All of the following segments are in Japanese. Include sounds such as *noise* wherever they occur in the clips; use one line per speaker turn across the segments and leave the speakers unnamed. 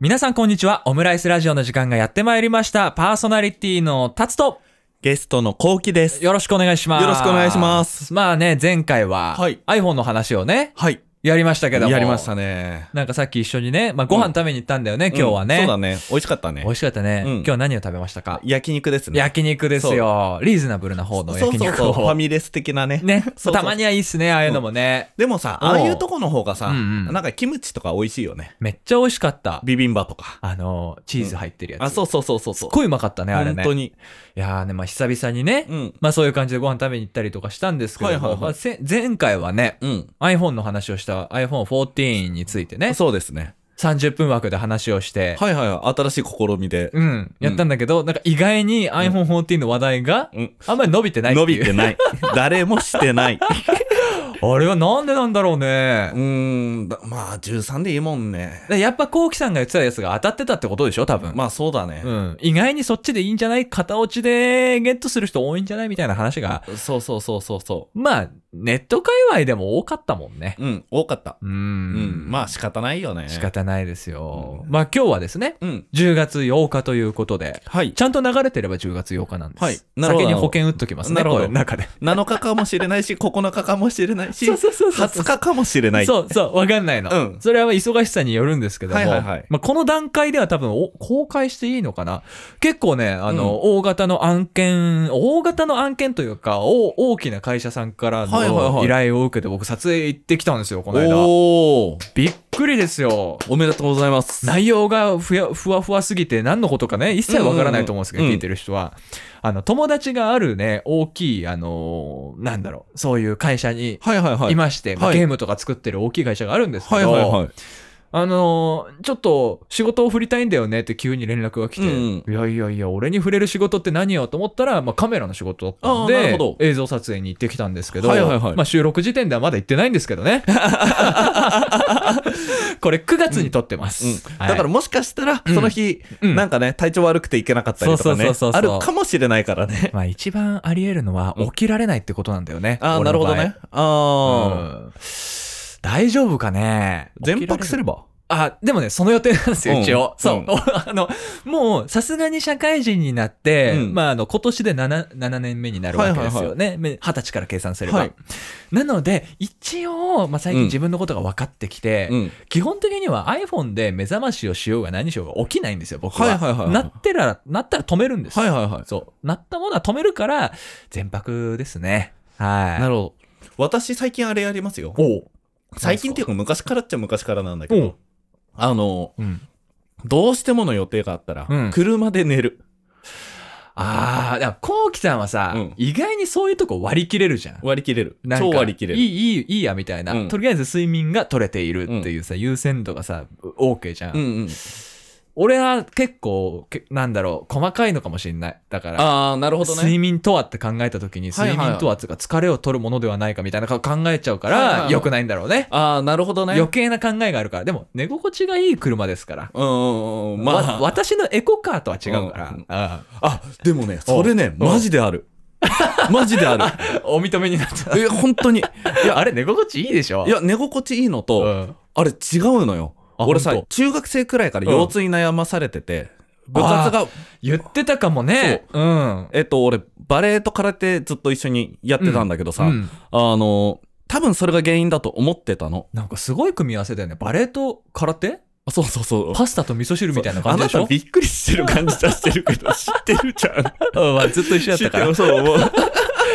皆さんこんにちは。オムライスラジオの時間がやってまいりました。パーソナリティのタツと、
ゲストのコウキです。
よろしくお願いします。
よろしくお願いします。
まあね、前回は、
はい
iPhone の話をね、
はい。
やりましたけども。
やりましたね。
なんかさっき一緒にね、まあご飯食べに行ったんだよね、今日はね。
うんそうだね。美味しかったね
美。味しかったね。
うん
今日は何を食べましたか
焼肉ですね。
焼肉ですよ。リーズナブルな方の
そう
焼
そう
肉
そう。ファ
を。
ミレス的なね。
ね、
そうそう
たまにはいいっすね、ああいうのもね。
でもさ、
うん
ああいうとこの方がさ、
うんうん
なんかキムチとか美味しいよね。
めっちゃ美味しかった。
ビビンバとか。
あの、チーズ入ってるやつ。
あ、そうそうそうそう
す
そ
っ
う。
ごいうまかったね、あれ
本
ね。
当に。
いやーね、まあ久々にね、
うん。
まあそういう感じでご飯食べに行ったりとかしたんですけども、
はいはいはい
まあせ前回はね、
うん。
iPhone の話をした iPhone14 についてね、
そうですね。
30分枠で話をして、
はいはいはい。新しい試みで。
うん、やったんだけど、なんか意外に iPhone14 の話題が
うん。
あんまり伸びてないっていう。
伸びて
*laughs*
ない。誰もしてない。
あれはなんでなんだろうね
う。ーん。だまあ、13でいいもんね。
でやっぱこうきさんが言ってたやつが当たってたってことでしょ、多分。
まあ、そうだね
う。ん、意外にそっちでいいんじゃない片落ちでゲットする人多いんじゃないみたいな話が、
そうそうそうそうそ
まあ、ネット界隈でも多かったもんね。
う。うん。多かった。
うん。
うん。まあ、仕方ないよね。
仕。方ないですよ。
うん
まあ今日はですね、
うん。
10月8日ということで、
はい。
ちゃんと流れてれば10月8日なんです。
はいなるほ
先
ど
に保険打っときますね、
なるほ
こ
ど
れの中で。
7日かもしれない *laughs* し、9日かもしれない
*laughs*
し、
そうそうそうそう
20日かもしれない。
そうそう、わかんないの。
うん
それは忙しさによるんですけども、
はいはいはい
まあ、この段階では多分お公開していいのかな結構ね、あの、大型の案件、大型の案件というか、お大きな会社さんから
はいはいは
の
い
依頼を受けて僕撮影行ってきたんですよ、この間。
おー
びっくりですよ。
おめでとうございます。
内容がふやふわふわすぎて何のことかね一切わからないと思うんですけど、
うんうん
聞いてる人はあの友達があるね大きいあのーなんだろうそういう会社に
はいはいはい。
いまして、まあ
はい
ゲームとか作ってる大きい会社があるんですけ
はい
ど、
はいはい。
あのーちょっと仕事を振りたいんだよねって急に連絡が来て、
うん
いやいやいや俺に触れる仕事って何よと思ったら、まあ、カメラの仕事だったん
あーなる
で
ほど
映像撮影に行ってきたんですけど、
はいはいはい
まあ、収録時点ではまだ行ってないんですけど
*laughs*
ねこれ9月に撮ってます、
うん、
はい
だからもしかしたら、その日、
うん
なんかね、体調悪くていけなかったりと
そう
かね
そうそう、そう
あるかもしれないからね。
*laughs* まあ一番あり得るのは起きられないってことなんだよね。
ああ、な
俺
る
の
ほ
場合
どね。。ああ、
うん大丈夫かね
全泊すれ
ば。
ば。
あ、でもね、その予定なんですよ、
うん
一応。そう。
う
*laughs*
ん
あの、もう、さすがに社会人になって、
うん
まあ、あの、今年で 7, 7年目になるわけですよね。め20歳から計算すれば。
はい
なので、一応、まあ、最
う
近
ん
自分のことが分かってきて、
うん。
基本的には iPhone で目覚ましをしようが何しようが起きないんですよ、僕は。
はいはいはいはい
なってら、なったら止めるんですよ。
はいはいはい。
そう。なったものは止めるから、全泊ですね。はい。
なるほど。私最近あれやりますよ。
おう。
最近っていうか昔からっちゃ昔からなんだけど、あの、
うん。
どうしてもの予定があったら、
うん
車で寝る。
ああ、だから、こうきさんはさ、
うん
意外にそういうとこ割り切れるじゃん。
割り切れる。
なんか
超割り切れる
い。い、いい、いいや、みたいな、
うん
とりあえず睡眠が取れているっていうさ、優先度がさ、OK じゃん。
うんうん。
俺は結構け、なんだろう、細かいのかもしれない。だから、
ああ、なるほどね。
睡眠とはって考えた時に、
はいはい
睡眠とはっていうか、疲れを取るものではないかみたいなこと考えちゃうから、
はいはい
良くないんだろうね。
ああ、なるほどね。
余計な考えがあるから。でも、寝心地がいい車ですから。
うんうんうん。ま
わ
あ、
私のエコカーとは違うから、
うん
あ
あ、でもね、それね、
お
マジであ *laughs* る。マジで *laughs* ある。
あお認めになった。
え、本当に。
いや、あれ寝心地いいでしょ
いや、寝心地いいの
う
と、
ん
あれ違うのよ。
あ
俺さ
本当、
中学生くらいから腰痛に悩まされてて、
ん
部活が、
言ってたかもね。うん。
えっと、俺、バレエと空手ずっと一緒にやってたんだけどさ、
うん
あの、多分それが原因だと思ってたの。
なんかすごい組み合わせだよね。バレエと空手
あそうそうそう。
パスタと味噌汁みたいな
あ
感じ
な
でしょ
たびっくりしてる感じ出してるけど、知ってる *laughs* じゃん。
うんまあずっと一緒だったから。
そう、もう。
*laughs*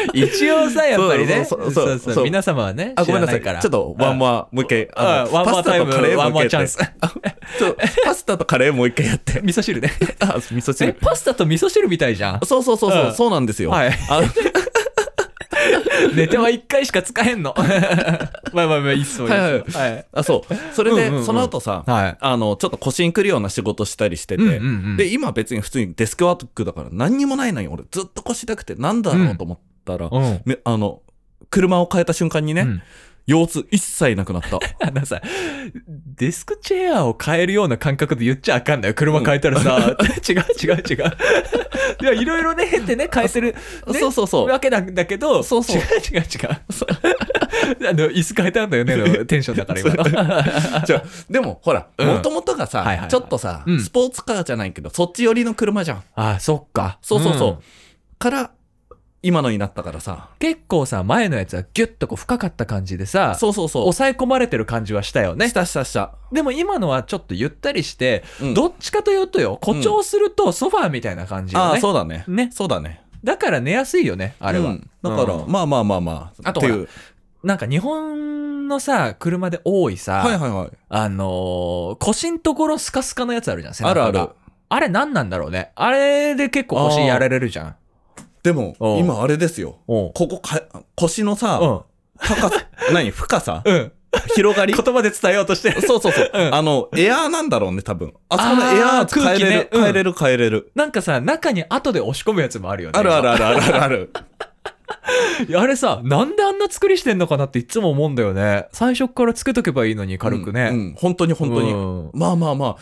*laughs*
一応さ、やっぱりね。
そうそうそうそうそう
皆様はね、
あ、ごめんなさ
知
い。ち
ら
ょ
から
っと、ワンモア、もう一回。あ
うん
の
ワンモア
パスタ
タイ
と
ム
カレー
ワン
も
モ
う
ア
一
チ
回
ャン
やっ
ス
*laughs* て。。ちょっとパスタとカレーもう一回やって。
味噌
*laughs*
汁ね。
あ、味噌
え、
*laughs* 汁。
パスタと味噌汁みたいじゃん。
そうそうそう
う
そ
ん
う、そうなんですよ。
はい
あの
寝ては一回しか使え
*laughs*
んの。まあまあまあ、いいっすもんいいっすもんはい。
あ、そう。それ
うんうんう
で、
ん
その後さ、
はい
あの、ちょっと腰にくるような仕事したりして
うんう
て
んうん、
で、今別に普通にデスクワークだから何にもないのに、俺ずっと腰痛くてなんだろうと思ったら、
うん。
めあの、車を変えた瞬間にね、
うん
腰痛一切なくな *laughs* った。
あのさ、デスクチェアを変えるような感覚で言っちゃあかんだよ。車変えたらさ、 *laughs* 違う違う違う。いや、いろいろね、ってね、変えてる、ね、
そうそうそう。
わけなんだけど、
そうそう
違う違う違う。 *laughs* あの、椅子変えたんだよね、
*laughs*
のテンションだから今の。
じゃあでもほら、
うん
もともとがさ、
はいはいはい
ちょっとさ、
うん
スポーツカーじゃないけど、そっち寄りの車じゃん。
*laughs* あ、そっか。
そうそうそう。
ん
から、今のになったからさ。
結構さ、前のやつはギュッとこう深かった感じでさ、
そうそうそう。
抑え込まれてる感じはしたよね
し。たしたした。
でも今のはちょっとゆったりして、
うん
どっちかというとよ、誇張するとソファーみたいな感じよね。
ああ、そうだね。
ね。
そうだね。
だから寝やすいよね、あれは。
うんだから、
うん
まあまあまあまあ。
あと
って
ほら
いう。
なんか日本のさ、車で多いさ、
はいはいはい。
あのー腰んところスカスカのやつあるじゃん、背
あ
中
る
が
ある。。
あれ何なんだろうね。あれで結構腰やられるじゃん。
でも
お、う
今あれですよ。
おう
ここか、腰の
う
さ、
ん。*laughs*
高さ、何深さ
うん。
広がり
言葉で伝えようとしてる。
そうそうそう。
うん
あの、エアーなんだろうね、多分。あそこのエア
あー
ー変
空
えれる、
気ねうん
変えれる、変えれる。
なんかさ、中に後で押し込むやつもあるよね。
あるあるあるあるあるある。
いやあれさ、なんであんな作りしてんのかなっていつも思うんだよね。最初からつけとけばいいのに軽く
うん
ね。
うん本当に本当に。
うん
まあまあまあ、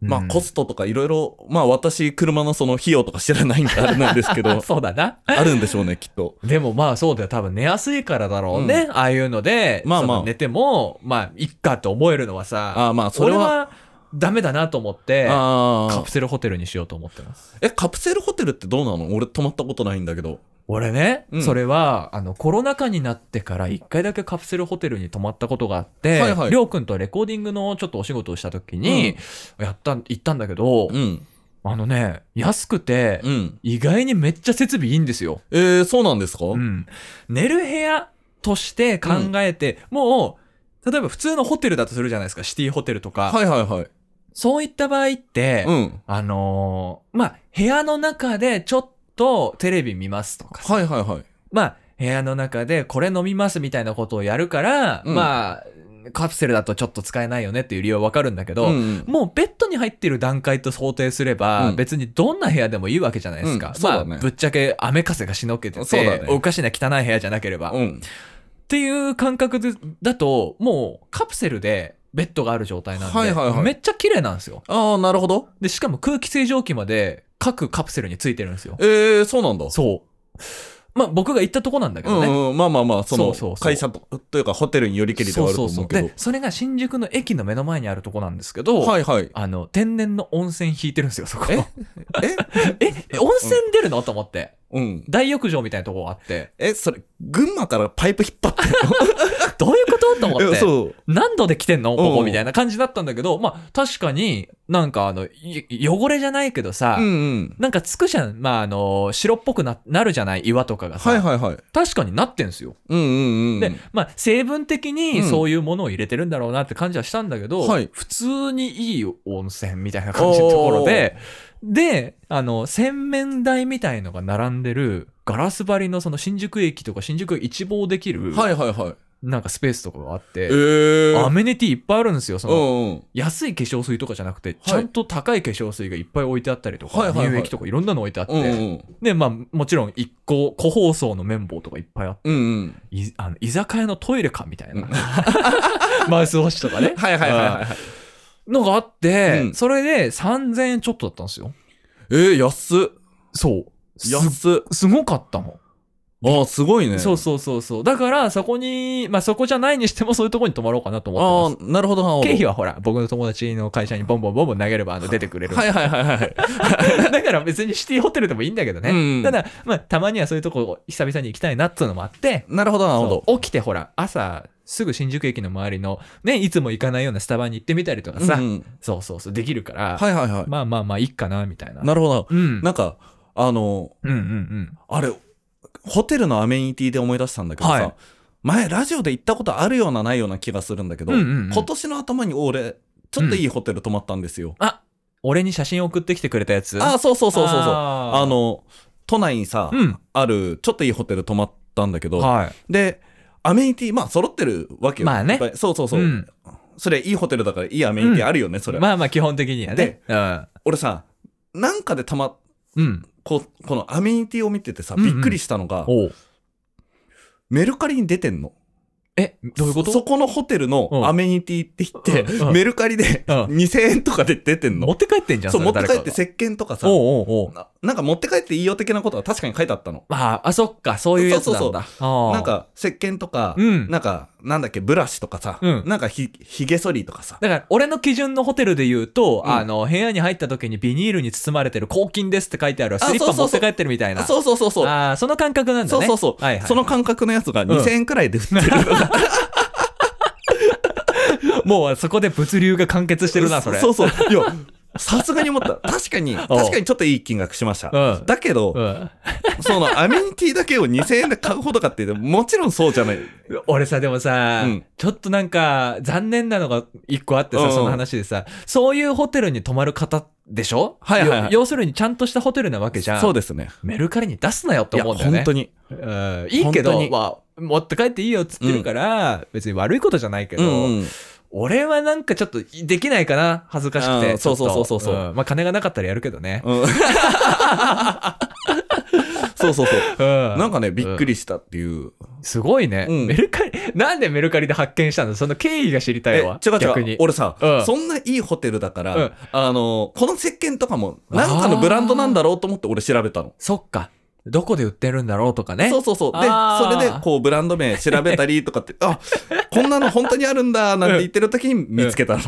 まあ
うん
コストとかいろいろ、まあ私、車のその費用とか知らないんであれなんです
*laughs*
けど、
そうだな。
あるんでしょうね、きっと。
でもまあそうだよ。多分寝やすいからだろうね。ああいうので、
まあまあ
その寝ても、まあ、いっかと思えるのはさ、
ああまあ、それ
俺
は。
はダメだなと思って、
あ
カ
あ
プ。セルホテルにしようと思ってます。
え、カプセルホテルってどうなの俺泊まったことないんだけど。
俺ね、
うん
それは、あの、コロナ禍になってから一回だけカプセルホテルに泊まったことがあって、
はいはい
りょうくんとレコーディングのちょっとお仕事をした時に、やった、行ったんだけど、
うん。
あのね、安くて、
うん。
意外にめっちゃ設備いいんですよ。
えー、そうなんですか、
うん。寝る部屋として考えて、もう、例えば普通のホテルだとするじゃないですか、シティホテルとか。
はいはいはい。
そういった場合って、
うん。
あのーまあ、部屋の中でちょっとテレビ見ますとかさ、
はいはいはい。
まあ、部屋の中でこれ飲みますみたいなことをやるから、
うん
まあ、カプセルだとちょっと使えないよねっていう理由はわかるんだけど、
うん
もうベッドに入ってる段階と想定すれば、
うん
別にどんな部屋でもいいわけじゃないですか。
うんそうだね
まあ、ぶっちゃけ雨風がしのけて
そうだ
て、
ね
おかしな汚い部屋じゃなければ。
う
っ
ん。
ていう感覚でだと、もうカプセルでベッドがある状態なんで、
はいはいはい
めっちゃ綺麗なんですよ。
ああ、なるほど。
で、しかも空気清浄機まで各カプセルについてるんですよ。
えー、そうなんだ。
そう。まあ僕が行ったとこなんだけ
う
どね。
んうん、まあまあまあ、そ
そ
の
うそうそう
会社とというかホテルによりけりではあると思うけど
で。それが新宿の駅の目の前にあるとこなんですけど、
はいはい。
あの天然の温泉引いてるんですよそこ
ええ
え温泉出るのと思って
うん。
大浴場みたいなとこがあって
え、それ、群馬からパイプ引っ張って
どういうことと
*laughs*
思っ
る
て
そう。
何度で来てんのこ
うんう
こ
ん
みたいな感じだったんだけどまあ確かになんかあのい汚れじゃないけどさ、
うんうん。
なんかつくじゃん、まあ、あの白っぽくななるじゃない岩とかがさ、
はいはいはい。
確かになってんすよ、
うんうんうん。
で、まあ、成分的に
うん
そういうものを入れてるんだろうなって感じはしたんだけど、
はい
普通にいい温泉みたいな感じのところで、で、あの、洗面台みたいのが並んでる、ガラス張りのその新宿駅とか新宿を一望できる、
はいはいはい。
なんかスペースとかがあっ
え
て、
ー。
アメニティいっぱいあるんですよ。その、
うんうん。
安い化粧水とかじゃなくて、ちゃんと高い化粧水がいっぱい置いてあったりとか、
はいはいはい
乳液とかいろんなの置いてあって、
うんうん。
で、まあ、もちろん一個、個包装の綿棒とかいっぱいあって、
うんうん。
いあの居酒屋のトイレ館みたいな、
うん
*laughs* マウスウォッシュとか
*laughs*
ね
はいはいはいはいはい。
のがあって、
うん
それで3000円ちょっとだったんですよ
えー、安っ。
そうす
安っ。
すごかったも
ああ、すごい
ん、
ね。
そうそうそうそうだからそこにまあそこじゃないにしてもそういうとこに泊まろうかなと思
あ
って
あ、なるほどなるほ
ま
ど。
す経費はほら僕の友達の会社にボンボンボンボン投げればあの出てくれる、
はいはいはいはい。
だから別にシティホテルでもいいんだけどね、
うん
ただまあたまにはそういうとこ久々に行きたいなっていうのもあって
なるほどなるほど。
そう起きてほら朝すぐ新宿駅の周りのねいつも行かないようなスタバに行ってみたりとかさ、
うんうん
そうそうそう、できるから、
はいはいは
まあまあまあ、いいかな、みたいな。
い。なるほど。
うん。うん
なんか、あの、
うんうん。
あれ、ホテルのアメニティで思い出したんだけどさ、
はい
前ラジオで行ったことあるようなないような気がするんだけど、
うんうんうん
今年の頭に俺、ちょっといいホテル泊まったんですよ。
あ俺に写真送ってきてくれたやつ
ああ、そうそうそうそうそう。あ
あー、
の、都内にさ、
うん。
あるちょっといいホテル泊まったんだけど、
は
で、アメニティ、まあ揃ってるわけよ。
まあね
いっぱいそうそうそう。
うん
それいいホテルだからいいアメニティあるよね、そ
い。
れ。
まあまあ、基本的にはね。うん。
俺さ、なんかでたま、
うん。
ここのアメニティを見ててさ、
うんうん
びっくりしたのが、
おう
メルカリに出てんの。
え、どういうこと
そそこのホテル
うん
のアメニティって言って、
うんうん
メルカリで
うん
*laughs* 2000円とかで出てん
持
の
っ。て帰ってんじゃん
そう、持
れ
っ
誰
て帰
かが
って石鹸とかさ、
おうおうおう
ななんか持って帰っていいよ的なことは確かに書いてあったの。
ああ、あ、そっか、そういうやつなんだ。
そうそう
ああ
なん、か石鹸とか、
うん
なんか、なんだっけ、ブラシとかさ、
うん
なんかひ、ひげ剃りとかさ。
だから、俺の基準のホテルで言うと、
うん
あの、部屋に入った時にビニールに包まれてる抗菌ですって書いてある
あ
スリッ
そ
パ
うそ
持
う
って
そう
帰ってるみたいな。
そうそうそうそう。
ああ、その感覚なんだね。
そうそうそう、
はいはい。
その感覚のやつが
ん
2000円くらいで売ってるのが、
もうそこで物流が完結してるな、 *laughs* それ。
*laughs* そうそう。いや、さすがに思った。
*laughs*
確かに、確かにちょっといい金額しました。
うん
だけど、
うん。
そのアメニティだけを2000円で買うほどかって言ってもちろんそうじゃない。
俺さ、でもさ、
うん
ちょっとなんか、残念なのが一個あってさ、
うん
その話でさ、そういうホテルに泊まる方でしょ
はいはいはい
よ要するにちゃんとしたホテルなわけじゃん。
そうですね。
メルカリに出すなよって思うんだよ
いや
ね
本。当に。
うんいいけ
本当
ど、
に
まあ、持って帰っていいよっつってるから、別に悪いことじゃないけど、
うんうん
俺はなんかちょっとできないかな、恥ずかしく
う
て。
んそうそうそうそうそう
ちょっとんまあ、金がなかったらやるけどね。
うん
*laughs*
そうそうそう。
な
なんかね、びっくりしたっていう。
すごいね、
うん
メルカリ、 *laughs* なんでメルカリで発見したのその経緯が知りた
え
いわ。
違う
逆
違う
に。。
俺さ、
うん
そんないいホテルだから、
うん
あの、この石鹸とかも、なんかのブランドなんだろうと思って俺調べたの。
そっか。どこで売ってるんだろうとかね。
そうそうそう。で、
あー
それで、こう、ブランド名調べたりとか *laughs* って、あ、こんなの本当にあるんだ、なんて言ってる時に見つけたの。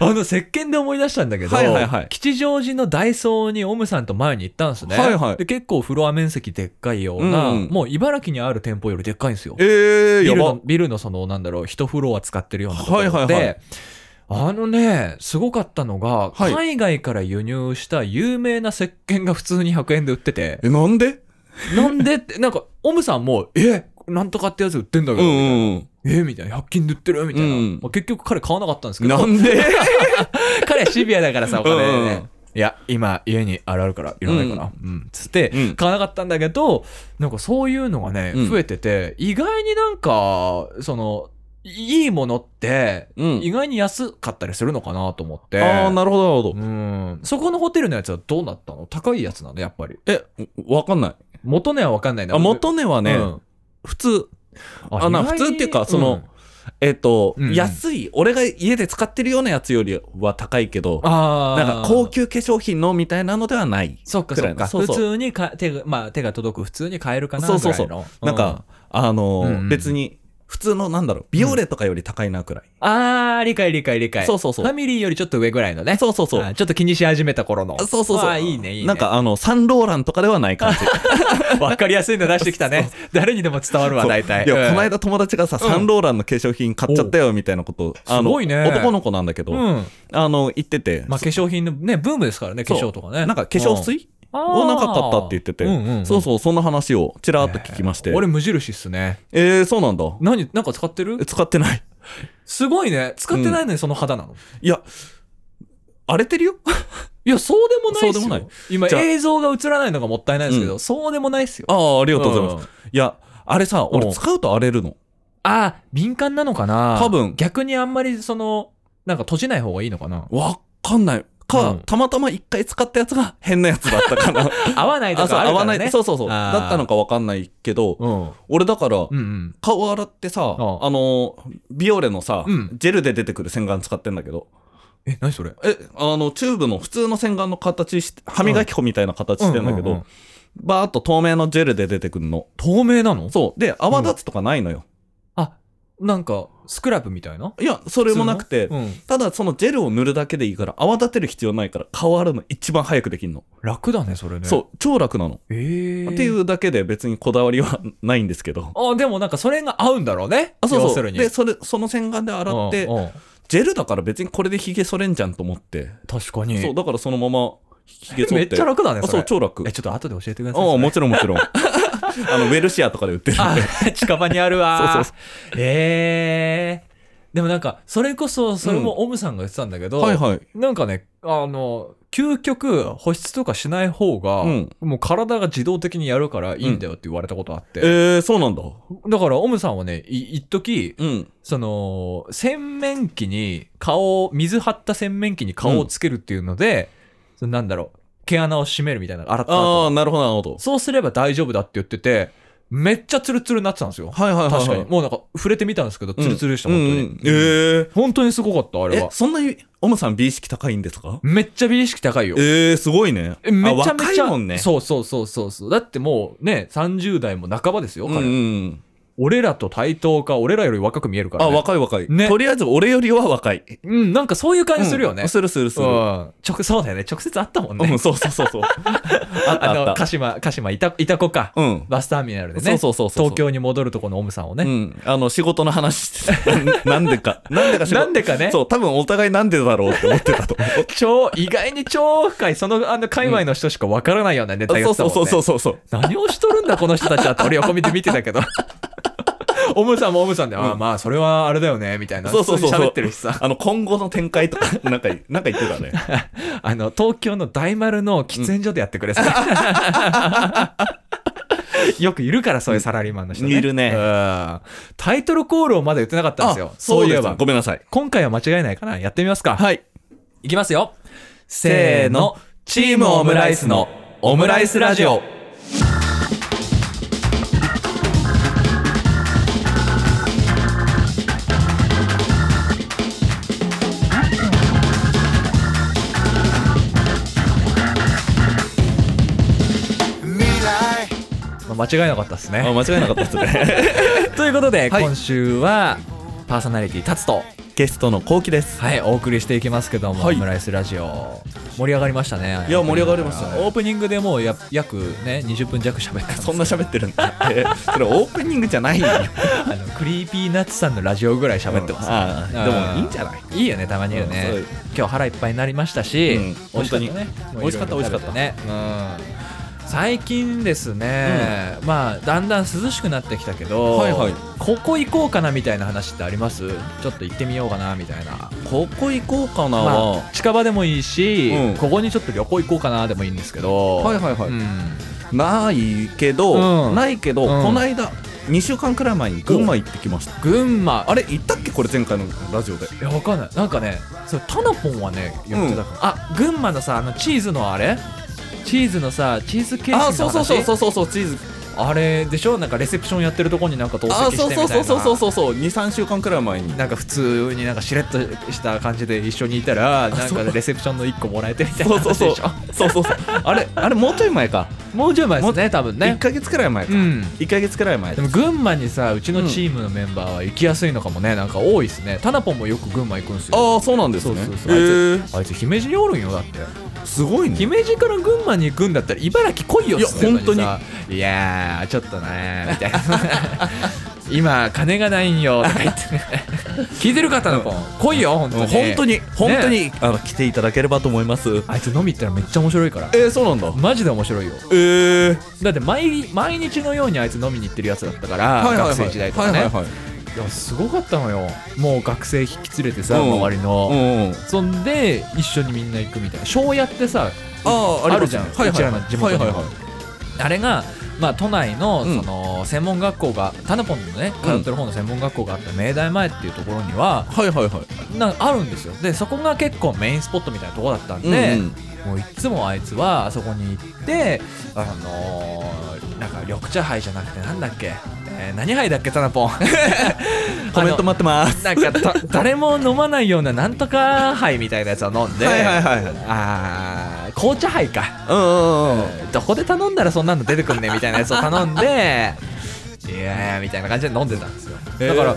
あの、石鹸で思い出したんだけど、
はいはいはい
吉祥寺のダイソーにオムさんと前に行ったんですね。
はいはい
で、結構フロア面積でっかいような、
うんうん
もう茨城にある店舗よりでっかいんですよ。
ええ
ビ
や
ル
ば
の。ビルのその、なんだろう、一フロア使ってるようなところで、
はいはいはい
あのね、すごかったのが、
はい
海外から輸入した有名な石鹸が普通に100円で売ってて、
え、なんで
なんでって、なんか、オムさんも、えなんとかってやつ売ってんだけど、みたいな
うん。
えみたいな、100均で売ってるみたいな。
うん
まあ、結局彼買わなかったんですけど、
なんで
彼はシビアだからさ、お金でね。
うんうん
いや、今、家にあれあるから、いらないかな。うん。つって、
うん
買わなかったんだけど、なんかそういうのがね、
うん
増えてて、意外になんか、その、いいものって、
うん
意外に安かったりするのかなと思って。
ああ、なるほど、なるほど。
うん。そこのホテルのやつはどうなったの高いやつなのやっぱり。
え、わかんない。
元値はわかんないな。
あ、元値は
う
ね、
ん
普通、
あ
あな
意外に
普通っていうかそのえっ、と、
うんうん
安い、俺が家で使ってるようなやつよりは高いけど、
ああ。
なんか高級化粧品のみたいなのではない。
そっか
く
そ
ら
っ
い
か。
のそうそう
普通にか手が、まあ手が届く普通に買えるかなぐ
そ
ら
う
いの。
そうそうなんか、あのー
うんうん
別に、普通のなんだろう、ビオレとかより高いなくらい。
あー、理解理解理解。
そうそうそう
ファミリーよりちょっと上ぐらいのね。
そうそうそう
あーちょっと気にし始めた頃の。
あそうそうそう。
あーいいね、いいね。
なん、かあの、サンローランとかでは
*laughs*
ない感じ。
わかりやすいの出してきた
*laughs*
ね。誰にでも伝わるわ、大体。
いや、
うん
この間友達がさ、サンローランの化粧品買っちゃったよみたいなことを、あの、
すごいね
男の子なんだけど、
うん。
あの、言ってて、
まあ化粧品のね、ブームですからね、化
そう
粧とかね。
なんか化粧水をなかったって言ってて、そう
う
そう、そんな話をちらっと聞きまして。
ん。俺無印っすね。
えー、そうなんだ。
何、なんか使ってる
え使ってない。
すごいね。使ってないのにその肌なの。
いや、荒れてるよ。
いや、そうでもないっす
そうでもな
よ
い。
今
じゃあ
映像が映らないのがもったいないですけ
う
ど、そうでもないっすよ。
ああ、ありがとうございます。
す。
いや、あれさ、
うん
俺使うと荒れるの。
あー、敏感なのかな
多分
逆にあんまりその、なんか閉じない方がいいのかな
わかんない。か、
うん
たまたま一回使ったやつが変なやつだった
*laughs*
かな。
合わないと
あ、そう、
かある
合
か
わ
ら
な
ね。
い。そうそうそう。
あー
だったのかわかんないけど、
うん。うん
俺だから
う、ん。
顔洗ってさ、
うん
あの、ビオレのさ、
うん
ジェルで出てくる洗顔使ってんだけど、
え、何それ
え、あの、チューブの普通の洗顔の形して、歯磨き粉みたいな形してんだけ
うんうんう
ど
ん、
バーっと透明のジェルで出てくるの。
透明なの
そう。で、泡立つとかないのよ。
あ、なんか、スクラブみたいない
や、それもなくて、
うん。
ただそのジェルを塗るだけでいいから、泡立てる必要ないから、顔洗うの一番早くできるの。
楽だね、それね。
そう、超楽なの。
う。えー。
っていうだけで別にこだわりはないんですけど。
あ、でもなんかそれが合うんだろうね。
あ、そう
要
そ
す
う。
るに。
で、それ、その洗顔で
うん、
洗って
う、ん
ジェルだから別にこれでヒゲ剃れんじゃんと思って。
確かに。
そう、だからそのままヒゲ剃って。
めっちゃ楽だね、
あ、
そ
そ
れ。
う、超楽。
え、ちょっと後で教えてください。
ああ、
それ
もちろんもちろん。
*laughs*
あの、ウェルシアとかで売ってるんで。 *laughs*
あ、近場にあるわ。
そうそ
えー。でもなんか、それこそ、それもオムさんが言ってたんだけど、
はいはい。
なんかね、あの、究極、保湿とかしない方が、
うん
もう体が自動的にやるからいいんだよって言われたことあっ
え
て。
ー、そうなんだ。
だから、オムさんはね、い一時
うん。
その、洗面器に顔を、水張った洗面器に顔をつけるっていうので、そのなんだろう、毛穴を閉めるみたいな、洗った後
ああ、なるほど、なるほど。
そうすれば大丈夫だって言ってて、めっちゃツルツルになってたんですよ。
はいはいはい、はい。
確かに。もうなんか触れてみたんですけど、ツルツルでした、本当に。
うんうんえ
本当にすごかった、あれ
ー、え
は、。
そんなに、オムさん美意識高いんですか
めっちゃ美意識高いよ。
えー、すごいね。
えめちゃ
あ
め
若
ち
い
ゃ、
もんね。
そうそうそうそうそう。だってもうね、30代も半ばですよ、
うん
彼。
うん。
俺らと対等か、俺らより若く見えるから、
あ、
ね。
若い若い。
ね
とりあえず俺よりは若い。
うん、なんかそういう感じするよね。
うんするするす
うん
る。
直そうだよね。直接会ったもんね。
うん、そうそうそう *laughs* そう。あっ
あ
たあ
の、
った
鹿。島、鹿島いた、いた子か。
うん。
バスターミナルでね。
そうそうそうそう
東京に戻るとこのオムさんをね。
うん。あの、仕事の話 *laughs* してた。なんでか。なんでか仕事
なんでかね
そう、多分お互いなんでだろうって思って *laughs* たと思う
超、意外に超深い、その、あの、界隈の人しかわからないようなネタや
そ
っ
う
てた
そ
も、
うん
ね、
そうそうそうそう。
何をしとるんだ、この人たちだって、俺横見て見てたけ
*laughs*
ど。オムさんもオムさんで、ああ、まあ、それはあれだよね、みたいな。
そうそうそう
普
そ
通
う。
に喋ってるし
*laughs*
さ。
あの、今後の展開とか、なんか、なんか言ってたね。
あの、東京の大丸の喫煙所でやってくれ、それ *laughs* よくいるから、そういうサラリーマンの人ね。
いるね
うんタイトルコールをまだ言ってなかったんですよ。
そ
そううい
で
え
す
ば
ご。めんなさい。
今回は間違いないかな。やってみますか。
はい。
いきますよ。せーの。チームオムライスのオムライスラジオ。まあ間違いなかったです
あ
ね。
間違いなかったですね。
ということで、
はい
今週はパーソナリティ立つと
*laughs* ゲストのこうきです。
はい、お送りしていきますけども、
はい
オムライスラジオ盛り上がりましたね
いや盛り上がりましたね
オープニングでもうや約ね20分弱喋ったんです
そんな喋ってるんだ。えーそれオープニングじゃないよ。
あのクリーピーナッツさんのラジオぐらい喋ってます、
あーでもいいんじゃない
いいよねたまにはね、
うんそう
今日腹いっぱいになりましたし、
うん
美味しかったね
本当に
もういろいろ食べてねうん最近ですね、まあだんだん涼しくなってきたけど、
はいはい
ここ行こうかなみたいな話ってありますちょっと行ってみようかなみたいな
*laughs* ここ行こうかな
まあ、近場でもいいし、
うん
ここにちょっと旅行行こうかなでもいいんですけど、
はいはいはい
うん
ないけど、
うん
ないけど、
うん
この間、2週間くらい前に群馬行ってきました。
群馬
あれ、行ったっけこれ前回のラジオで。
いやわかんないなんかねそうタナポンはね言ってたかも、あ群馬のさあのチーズのあれチーズのさチーズケーキの話
あ、そうそうそうそうそうそう、チーズ。
あれでしょなんかレセプションやってるとこになんか同
あ、
席して
そ
み
う
たい
そ
な
うそうそうそうそうそう、2、3週間くらい前に。
なんか普通になんかしれっとした感じで一緒にいたらなん
そ
か
う
レセプションの1個もらえてみたい
そ
な
うそう
話
そう。
でしょ
そうそうそう。あれ、あれ、もうちょい前か。
もうちょい前ですね多分
ね、1
ね
ヶ月くらい前か。
うん
1ヶ月くらい前
で。も群馬にさうちのチームのメンバーは行きやすいのかもねなんか多いですねタナポンもよく群馬行くんですよ
ああ、そうなんです
そう
ね。
そうそう、
へー
あいつあいつ姫路におるんよだって
すごいね。
姫路から群馬に行くんだったら茨城来いよっつってんの
いや
さいやーちょっとねみ
*laughs*
たいな今金がないんよとか言って聞いてるかタナポン来いよ本当
うん
に
本当に、本当に、あの、来ていただければと思います。
あいつ飲み行ったらめっちゃ面白いから
えー、そうなんだ。
マジで面白いよ
えー、
だって毎毎日のようにあいつ飲みに行ってるやつだったから、
はいはいはい。
学生時代とかね、
はいはいはい。
いやすごかったのよもう学生引き連れてさ、
うん
周りの、
うんうん。
そんで一緒にみんな行くみたいな庄屋ってさ
あ
あ
あ、
るじゃん
ありますねはいはいは
うちらの地元
い。
にも
はいはいはい
あれが、まあ、都内の
うん
その専門学校が、タナポンのね通
うん
ってる方の専門学校があった明大前っていうところには
はいはいはい。
なんかあるんですよでそこが結構メインスポットみたいなとこだったんで、
うんうん
もういつもあいつはあそこに行ってあのーなんか緑茶杯じゃなくてなんだっけ、えー何杯だっけタナポン
*laughs* コメント待ってます。
なんか
*laughs*
た誰も飲まないようななんとか杯みたいなやつを飲んで、
はいはいはいはい。
あー紅茶杯か
うんうんうん。
どこで頼んだらそんなの出てくんねみたいなやつを頼ん
*laughs*
でいやーみたいな感じで飲んでたんですよ
え
だ
ー
から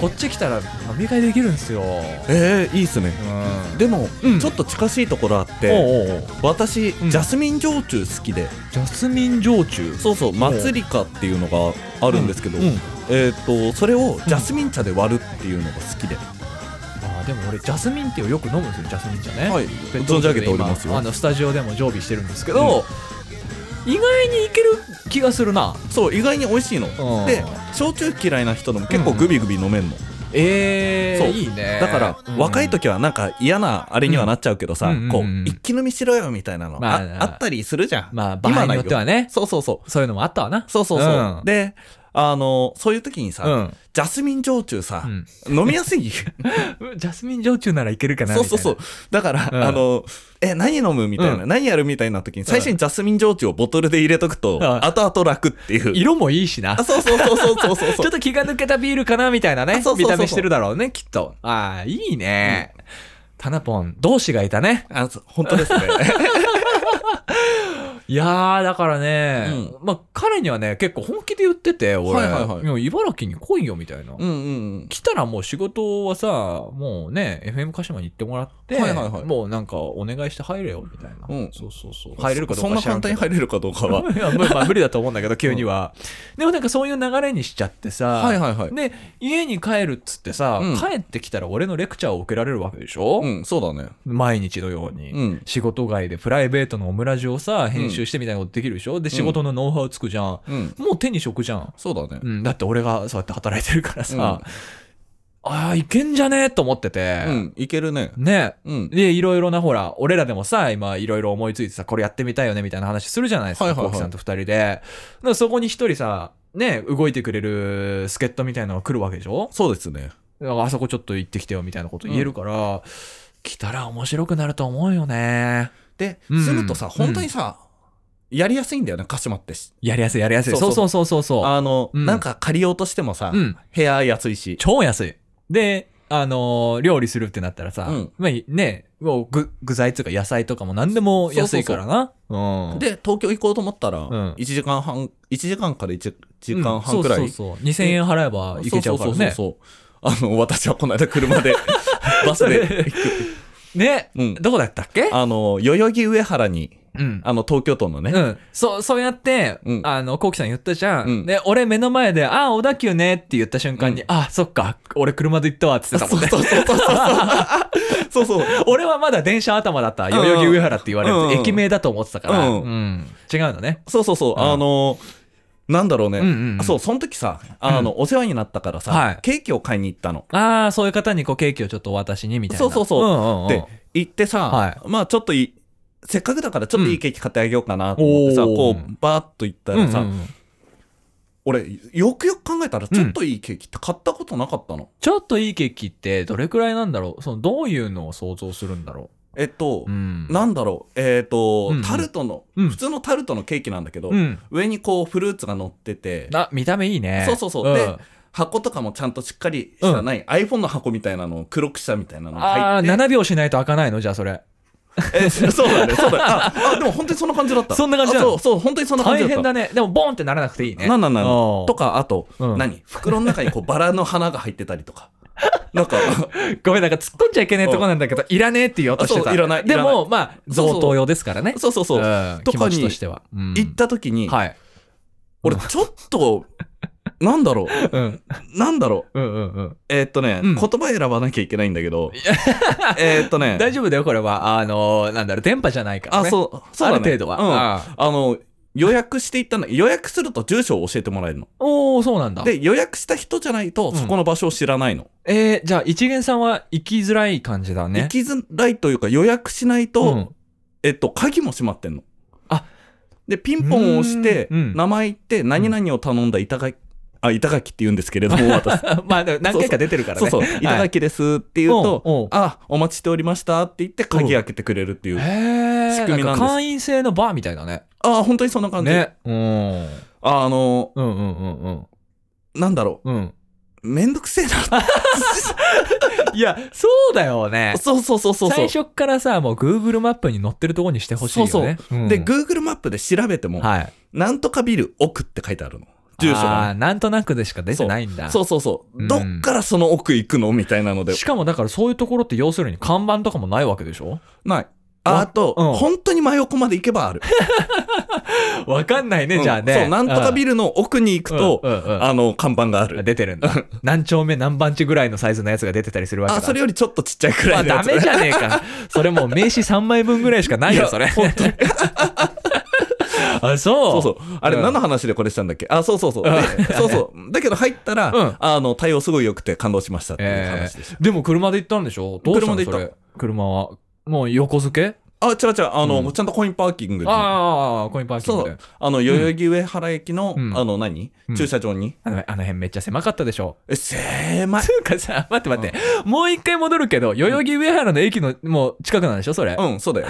こっち来たら飲み会できるんですよ
えー、いいっすね。
うん
でも、
うん
ちょっと近しいところあって、
おうおうおう
私、
ん
ジャスミン焼酎好きで、
ジャスミン焼酎
そうそう、祭りかっていうのがあるんですけど、
うんうん
えっ、と、それをジャスミン茶で割るっていうのが好きで、
あーでも俺ジャスミンティーをよく飲むんですよジャスミン茶ね
はい
ペットボトルで
存じ上げてお
今
りますよ
あのスタジオでも常備してるんですけど、意外にいける気がするな
そう、意外に美味しいの。
うん
で、焼酎嫌いな人でも結構グビグビ飲めんの。
え
そう
ー、いいね
だから、
うん
若い時はなんか嫌なあれにはなっちゃうけどさ、
うん
こう、
うんうんうん
一気飲みしろよみたいなの、
まあ
あ、あったりするじゃん。
まあ場合によってはね
そうそうそう。
そういうのもあったわな
そうそうそう。
うん
で、あの、そういう時にさ、
うん
ジャスミン焼酎さ、
うん
飲 *laughs* みやすい。
ジャスミン焼酎ならいけるかな
そうそうそう
み。
だから、
うん
あの、え、何飲むみたいな、
う
何やるみたいな時に、最初にジャスミン焼酎をボトルで入れとくと、
ん
後々楽ってい
たいな
う。
色もいいしな
あ、そうそうそうそうそう *laughs* そう
ちょっと気が抜けたビールかなみたいなね
あそうそうそう
見
そう
た目してるだろうねきっとああいいね、タナポン同志がいたね
あ、そう本当です *laughs* ね。
いやーだからね、まあ彼にはね結構本気で言ってて俺、
はいはいはい
もう茨城に来いよみたいな、
うんうん
来たらもう仕事はさもうね FM 鹿島に行ってもらって、
はいはいはい
もうなんかお願いして入れよみたいな、
うん
そうそうそう
うん。
入れるかどうか
そんな簡単に入れるかどうかは。
*laughs* いやまあまあ無理だと *laughs* 思うんだけど急には、でもなんかそういう流れにしちゃってさ、
はいはいはい。
で家に帰るっつってさ、
うん
帰ってきたら俺のレクチャーを受けられるわけでしょ、
うん、そうだね。
毎日のように、
うん。
仕事外でプライベートのオムラジをさ編集してみたいなことできるでしょ、で仕事のノウハウつくじゃん、
うん。
もう手に職じゃん、
そうだね
う。ん、だって俺がそうやって働いてるからさ、ああいけんじゃねえと思ってて、
うん、いけるね。
ね
うん。
でいろいろなほら俺らでもさ今いろいろ思いついてさこれやってみたいよねみたいな話するじゃないですか
はい
コ
はいはい
ウキさんと2人でだからそこに1人さね動いてくれる助っ人みたいなのが来るわけでしょ
そうですね。
だからあそこちょっと行ってきてよみたいなこと言えるから、来たら面白くなると思うよね
で、
うん
するとさ、本当にさ、やりやすいんだよね、鹿島って。
やりやすいやりやすいそ
そうう
そ
そう
そうそうそう
あの、
うん
なんか借りようとしてもさ、
うん
部屋安いし。
超安いであのー料理するってなったらさ、
うん
まあねもう具具材とか野菜とかも何でも安いからなうん
で、東京行こうと思ったら、
ん
1時間半、一時間から1時間半くらい。
うんそうそうそう2000円払えばいけちゃうからね
そうそうそうそうあの、私はこの間車で、バスで行く。
*laughs* ね、
うん
どこだったっけ
あの、代々木上原に、
うん。
あの、東京都のね、
うん、そう、そうやって、
うん
あの、こうきさん言ったじゃん。
うん
で、俺目の前で、ああ、小田急ねって言った瞬間に、ああ、そっか、俺車で行ったわって言ってたもんね。
そうそうそうそう。そう *laughs* そう。
俺はまだ電車頭だった。代々木上原って言われると、
うん
駅名だと思ってたから。う。
うんん
違うのね。
そうそうそう。あの、なんだろうね。
うんうんうん
そう、その時さ、あの、お世話になったからさ、
はい
ケーキを買いに行ったの。
ああ、そういう方にこうケーキをちょっとお渡しにみたいな。
そうそうそう
ん
ん
うん、
で、行ってさ、
はい
まあちょっといい、せっかくだからちょっといいケーキ買ってあげようかなと思ってさ、
うんお
こ
ー
う、バーっと行った
うんう
ら
ん
さ、
うん
俺、よくよく考えたら、
うん
ちょっといいケーキって買ったことなかったの。
ちょっといいケーキってどれくらいなんだろうそのどういうのを想像するんだろ
えっと、
ううん。
なんだろう、えっ、と、
うんうん
タルトの、
うん
普通のタルトのケーキなんだけど、
うん。
上にこう、フルーツが乗ってて、
な、見た目いいね。
そうそうそう。
ん
で、箱とかもちゃんとしっかりした、
うん
ない iPhone の箱みたいなのを黒くしたみたいなのが
ああ、
入って。
7秒しないと開かないのじゃあそれ。
えそうだね、そうだね。あ、あでも本当にそんな感じだった。
そんな感じな
あ
の
そう、そう、本当にそんな感じ
大
だった。
変だね。でも、ボンってならなくていいね。
なんなんなん
おう
とか、あと、
うん
何袋の中にこうバラの花が入ってたり
*laughs*
とか。なんか、
ごめん、なんか突っ込んじゃいけないとこなんだけど、いらねえって言おうとしてた。
そういらない
で
いら
も、まあ、
そうそう
贈答用ですからね。
そうそうそ
う
う。
ん
と
気持
か
ち
に
としては。うん
行った時に、
はい。
俺ちょっと、なんだろう、
うん。
なんだろう。
うんうんうん。
えーっとね、
うん
言葉選ばなきゃいけないんだけど、えーっとね、
大丈夫だよ、これは。あのー、なんだろう、電波じゃないから
あ、
ね。
そう、そうだね。
ある程度は
うん
あ
あの、予約していったんだ。予約すると住所を教えてもらえるの。
おおそうなんだ。
で、予約した人じゃないと、
うん
そこの場所を知らないの。
えー、じゃあ、一元さんは行きづらい感じだね
行。きづらいというか、予約しないと、
うん
えっと、鍵も閉まってんの。
あ
で、ピンポンを押して、
うーんうん
名前言って、何々を頼んだ板垣、あ、板垣って言うんですけれど
*laughs*
も、私。
*laughs* まあ、でも何回か出てるから
そう
ね。
そう、板
はい
垣ですって言うと、
おうおう
あ、お待ちしておりましたって言って、鍵開けてくれるっていう。
へえ。
仕組みなんです
か会員制のバーみたいだね。
あ、本当にそんな感じ。
ね。うん。
あの、
うんうんうんうん。
なんだろ
*laughs* うん。
う、めんどくせえな。
いや、そうだよね。
そうそうそうそうそう
最。初っからさ、もう Google マップに載ってるところにしてほしいよね。
そうそうで、Google マップで調べても、
はい。
なんとかビル奥って書いてあるの。住所
あー
が。
なんとなくでしか出てないんだ。
そうそうそう。
うん
どっからその奥行くのみたいなので。
しかもだからそういうところって要するに看板とかもないわけでしょ
ない。ああと、
うん
本当に真横まで行けばある。
わかんないね、
うん
じゃあね。
そう、なんとかビ
ル
ルの奥に行くと、
うんうんうん
あの、看板がある。
出てるん
*laughs*
だ。何丁目何番地ぐらいのサイズのやつが出てたりするわけだ。
あ、それよりちょっとちっちゃいく
まあ
らいの
ダ
やつ。
メじゃねえか。それもう名刺3枚分ぐらいしかないよ、それ。 *laughs* あ、そう。
*laughs* そうそう。あれ、
うん
何の話でこれしたんだっけあ、そうそうそう。でそうそう。 *laughs* だけど入ったら、
うん
あの、対応すごい良くて感動しましたっていう
え
話でした。
ーでも車で行ったんでしょどうしたの
車で行った
それ車は。もう横付け
あ、違う違う、あの、
うん
ちゃんとコインパーキングにあ
ああ、コインパーキングで。
の、代々木上原駅の、
うん
あの何、
うん
駐車場に。
あのあの辺めっちゃ狭かったでしょ。
え、狭い。
つうかさ、待って待って、もう一回戻るけど、代々木上原の駅のもう近くなんでしょ、それ。
うん、そうだよ。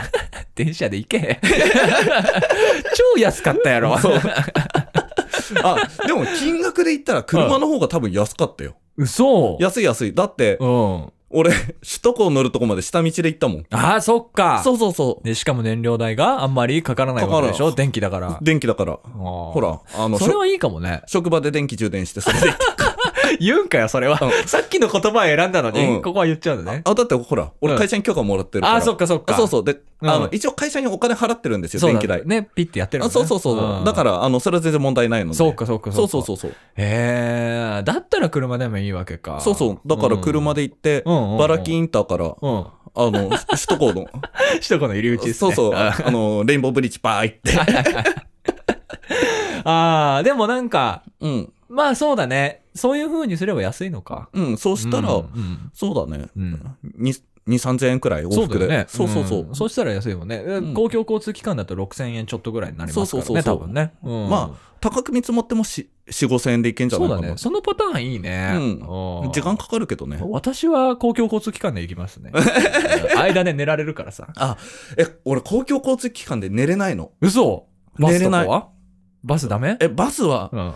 電車で行
*laughs*
け。超安かったやろ。
そう。あ、でも金額で言ったら車の方が多分安かったよ。
嘘
安い安い。だって、
うん。
俺、首都高乗るとこまで下道で行ったもん。
ああ、そっか。
そうそうそう。
で、しかも燃料代があんまりかからないわけでしょ電気だから。
電気だから。
ほ
ほ。ら、あの、
それ
しょ。
はいいかもね
*laughs* 職場で電気充電して、それで行った。
言うんかよ、それは。さっきの言葉を選んだの
うん
ここは言っちゃうのね。
あ、だってほら、
う
俺
ん
会社に許可もらってるから。
ああ、そっかそっか。
そうそう。で、あ
うん
の、一応会社にお金払ってるんですよ、
そう
電
だ
気代。
ね、ピッてやってるも
あ
んね、
そうそうそう。だからら、あの、それは全然問題ないので。
そうかそうか
そうそう
か
そうそう。
へえ、だったら車でもいいわけか。
そうそう。だから車
で、
で行って、
うんうんうん
バラキインターから、
うん。
あ
*laughs*
の、首都高の、
首都高の入り口です
そう
ね。
そう、
あ
あの、レインボーブリッジバー行って。
あー、でもなんか、
うん。
まあそうだね。そういう風にすれば安いのか。
うん。そうしたら、
うん
そうだね。
うん
に2、3000円くらい往
そう
復
だよ
で。
ね。
そうそうそ
ん
う。
そしたら安いもんね。え
ん
公共交通機関だと6000円ちょっとぐらいになりますからね。
そうそうそうそう
多分ね。うん
まあ、高く見積もっても4、4 5000円でいけんじゃな
そ
いうか
だ
な。
ね。そのパターンいいね。
うん
うん
時間かかるけどね。
私は公共交通機関で行きます *laughs* ね。うん間で寝られるからさ。
あ、え、俺公共交通機関で寝れないの。
嘘バ
寝
ス
れ
と
な
か
い
はバスダメ
え、バスは、
うん。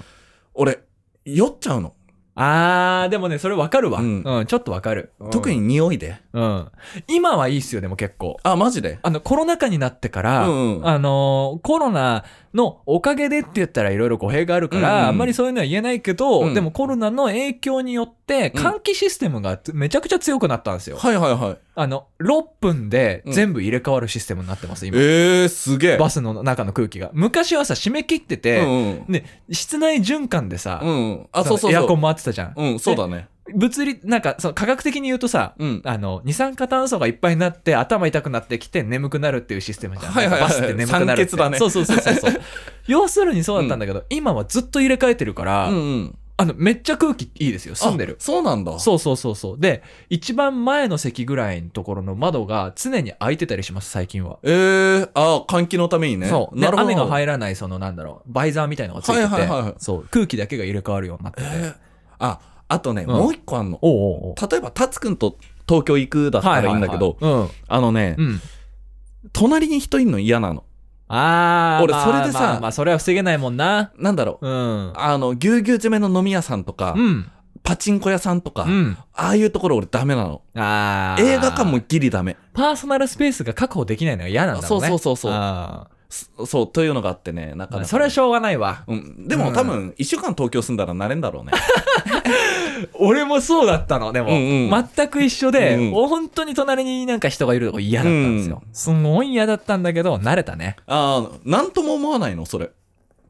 俺、酔っちゃうの。
あー、でもね、それわかるわ。う
うんん、
ちょっとわかる。
特に匂いで。
うん。今はいいっすよ、でも結構。
あ、マジで
あの、コロナ禍になってから、
うんうん
あのーコロナのおかげでって言ったらいろいろ語弊があるから、
うんうん
あんまりそういうのは言えないけど、
うん
でもコロナの影響によって、
うん
換気システムがめちゃくちゃ強くなったんですよ。
はいはいはい。
あの、6分で全部入れ替わるシステムになってます、今。
えー、すげえ。
バスの中の空気が。昔はさ、締め切ってて、
うんうん。
ね、室内循環でさ、
うんうん。あ、そうそうそう。
エアコン回ってたじゃん。
うん、そうだね。
物理、なんか、その科学的に言うとさ、
うん。
あの、二酸化炭素がいっぱいになって、頭痛くなってきて、眠くなるっていうシステムじゃん。
はいはいはい
バスって眠くなるって。
酸欠だね
そうそうそうそうそう。
*laughs*
要するにそうだったんだけど、今はずっと入れ替えてるから、
うんうん。
あの、めっちゃ空気いいですよ。住んでる
あ。そうなんだ。
そうそうそうそう。で、一番前の席ぐらいのところの窓が常に開いてたりします、最近は。
えー、あ、換気のためにね。
そう。で
なるほど。
雨が入らない、その、なんだろう、バイザーみたいなのがついてて、
はいはいはいはい
そう、空気だけが入れ替わるようになってて。
あ、あとね、
ん
もう一個あんの。
おうおうおう
例えば、タツくんと東京行くだったらいいんだけど、
はいはいはい
あのね
う、ん。うん。
隣に人いんの嫌なの。
ああ。
俺
まあ
それでさ
まあ、まあ、それは防げないもんな。
なんだろう。
うん。
あの、ぎゅうぎゅう詰めの飲み屋さんとか
う、ん。
パチンコ屋さんとか
う、ん。
ああいうところ俺ダメなの。
ああ。
映画館も。ギリダメ。
パーソナルスペースが確保できないのが嫌なんだろうね。
そうそうそうそう
あ
そそう、というのがあってね、なかな
ー
か。
それはしょうがないわ。
うん、で
う
も
ん
多分、一週間東京住んだら慣れんだろ
*laughs*
うね。
俺もそうだったの、でも。
うんうん
全く一緒で、
うん
本当に隣になんか人がいるとこ嫌だったんですよ。すごい嫌だったんだけど、慣れたね。
ああ、なんとも思わないの、それ。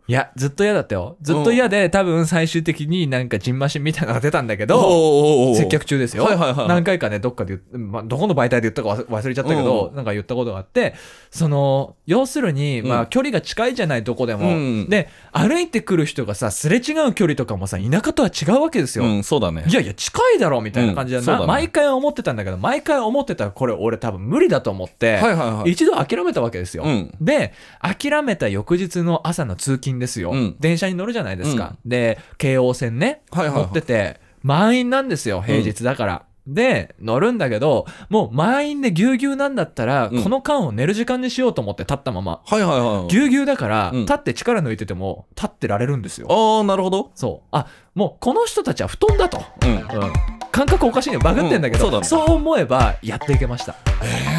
いや、ずっと嫌だったよ。ずっと嫌で、多分最終的になんかジンマシンみたいなのが出たんだけ
おー
ど、
おーおー
接客中ですよ。
はいはいはいはい
何回かね、どっかで言っ、まあ、どこの媒体で言ったか忘忘れちゃったけど、
う
なんか言ったことがあって、その、要するに、
うん
まあ、距離が近いじゃない、どこでも。
うん
で、歩いてくる人がさ、すれ違う距離とかもさ、田舎とは違うわけですよ。
うん、そうだね
い。やいや、近いだろみたいな感じで、
うん
な
そうだね
毎回思ってたんだけど、毎回思ってたらこれ俺多分無理だと思って、
はいはいはい。
一度諦めたわけですよ。
うん。
で、諦めた翌日の朝の通勤ですよ。
うん
電車に乗るじゃないですか。で、京王線ね、
はいはいはい
乗ってて、満員なんですよ、平日だから。で、乗るんだけど、もう満員でぎゅうぎゅうなんだったら、
うん
この間を寝る時間にしようと思って立ったまま。
はいはいはい。
ぎゅうぎゅうだから、
うん
立って力抜いてても、立ってられるんですよ。
ああ、なるほど。
そう。あ、もうこの人たちは布団だと。
うん。
うん感覚おかしいね。バグってんだけど、
うんそうだね
思えばやっていけました。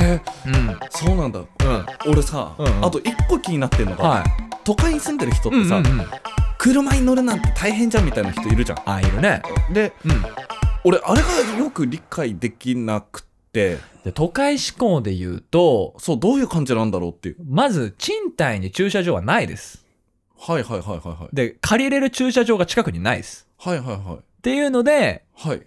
ええ
うん。うん。
そうなんだ。俺さ、
うんうん
あと一個気になってんのが、
はい。
都会に住んでる人っ
うん
て
うん
さ、
うん。
車に乗るなんて大変じゃんみたいな人いるじゃん。
あ、いるね。
で、
うん。
俺、あれがよく理解できなくて、
で都会志向で言うと、
そう、どういう感じなんだろうっていう。
まず賃貸に駐車場はないです。
はいはいはいはいはい。
で、借りれる駐車場が近くにないです。
はいはいはい。
っていうので、
はい。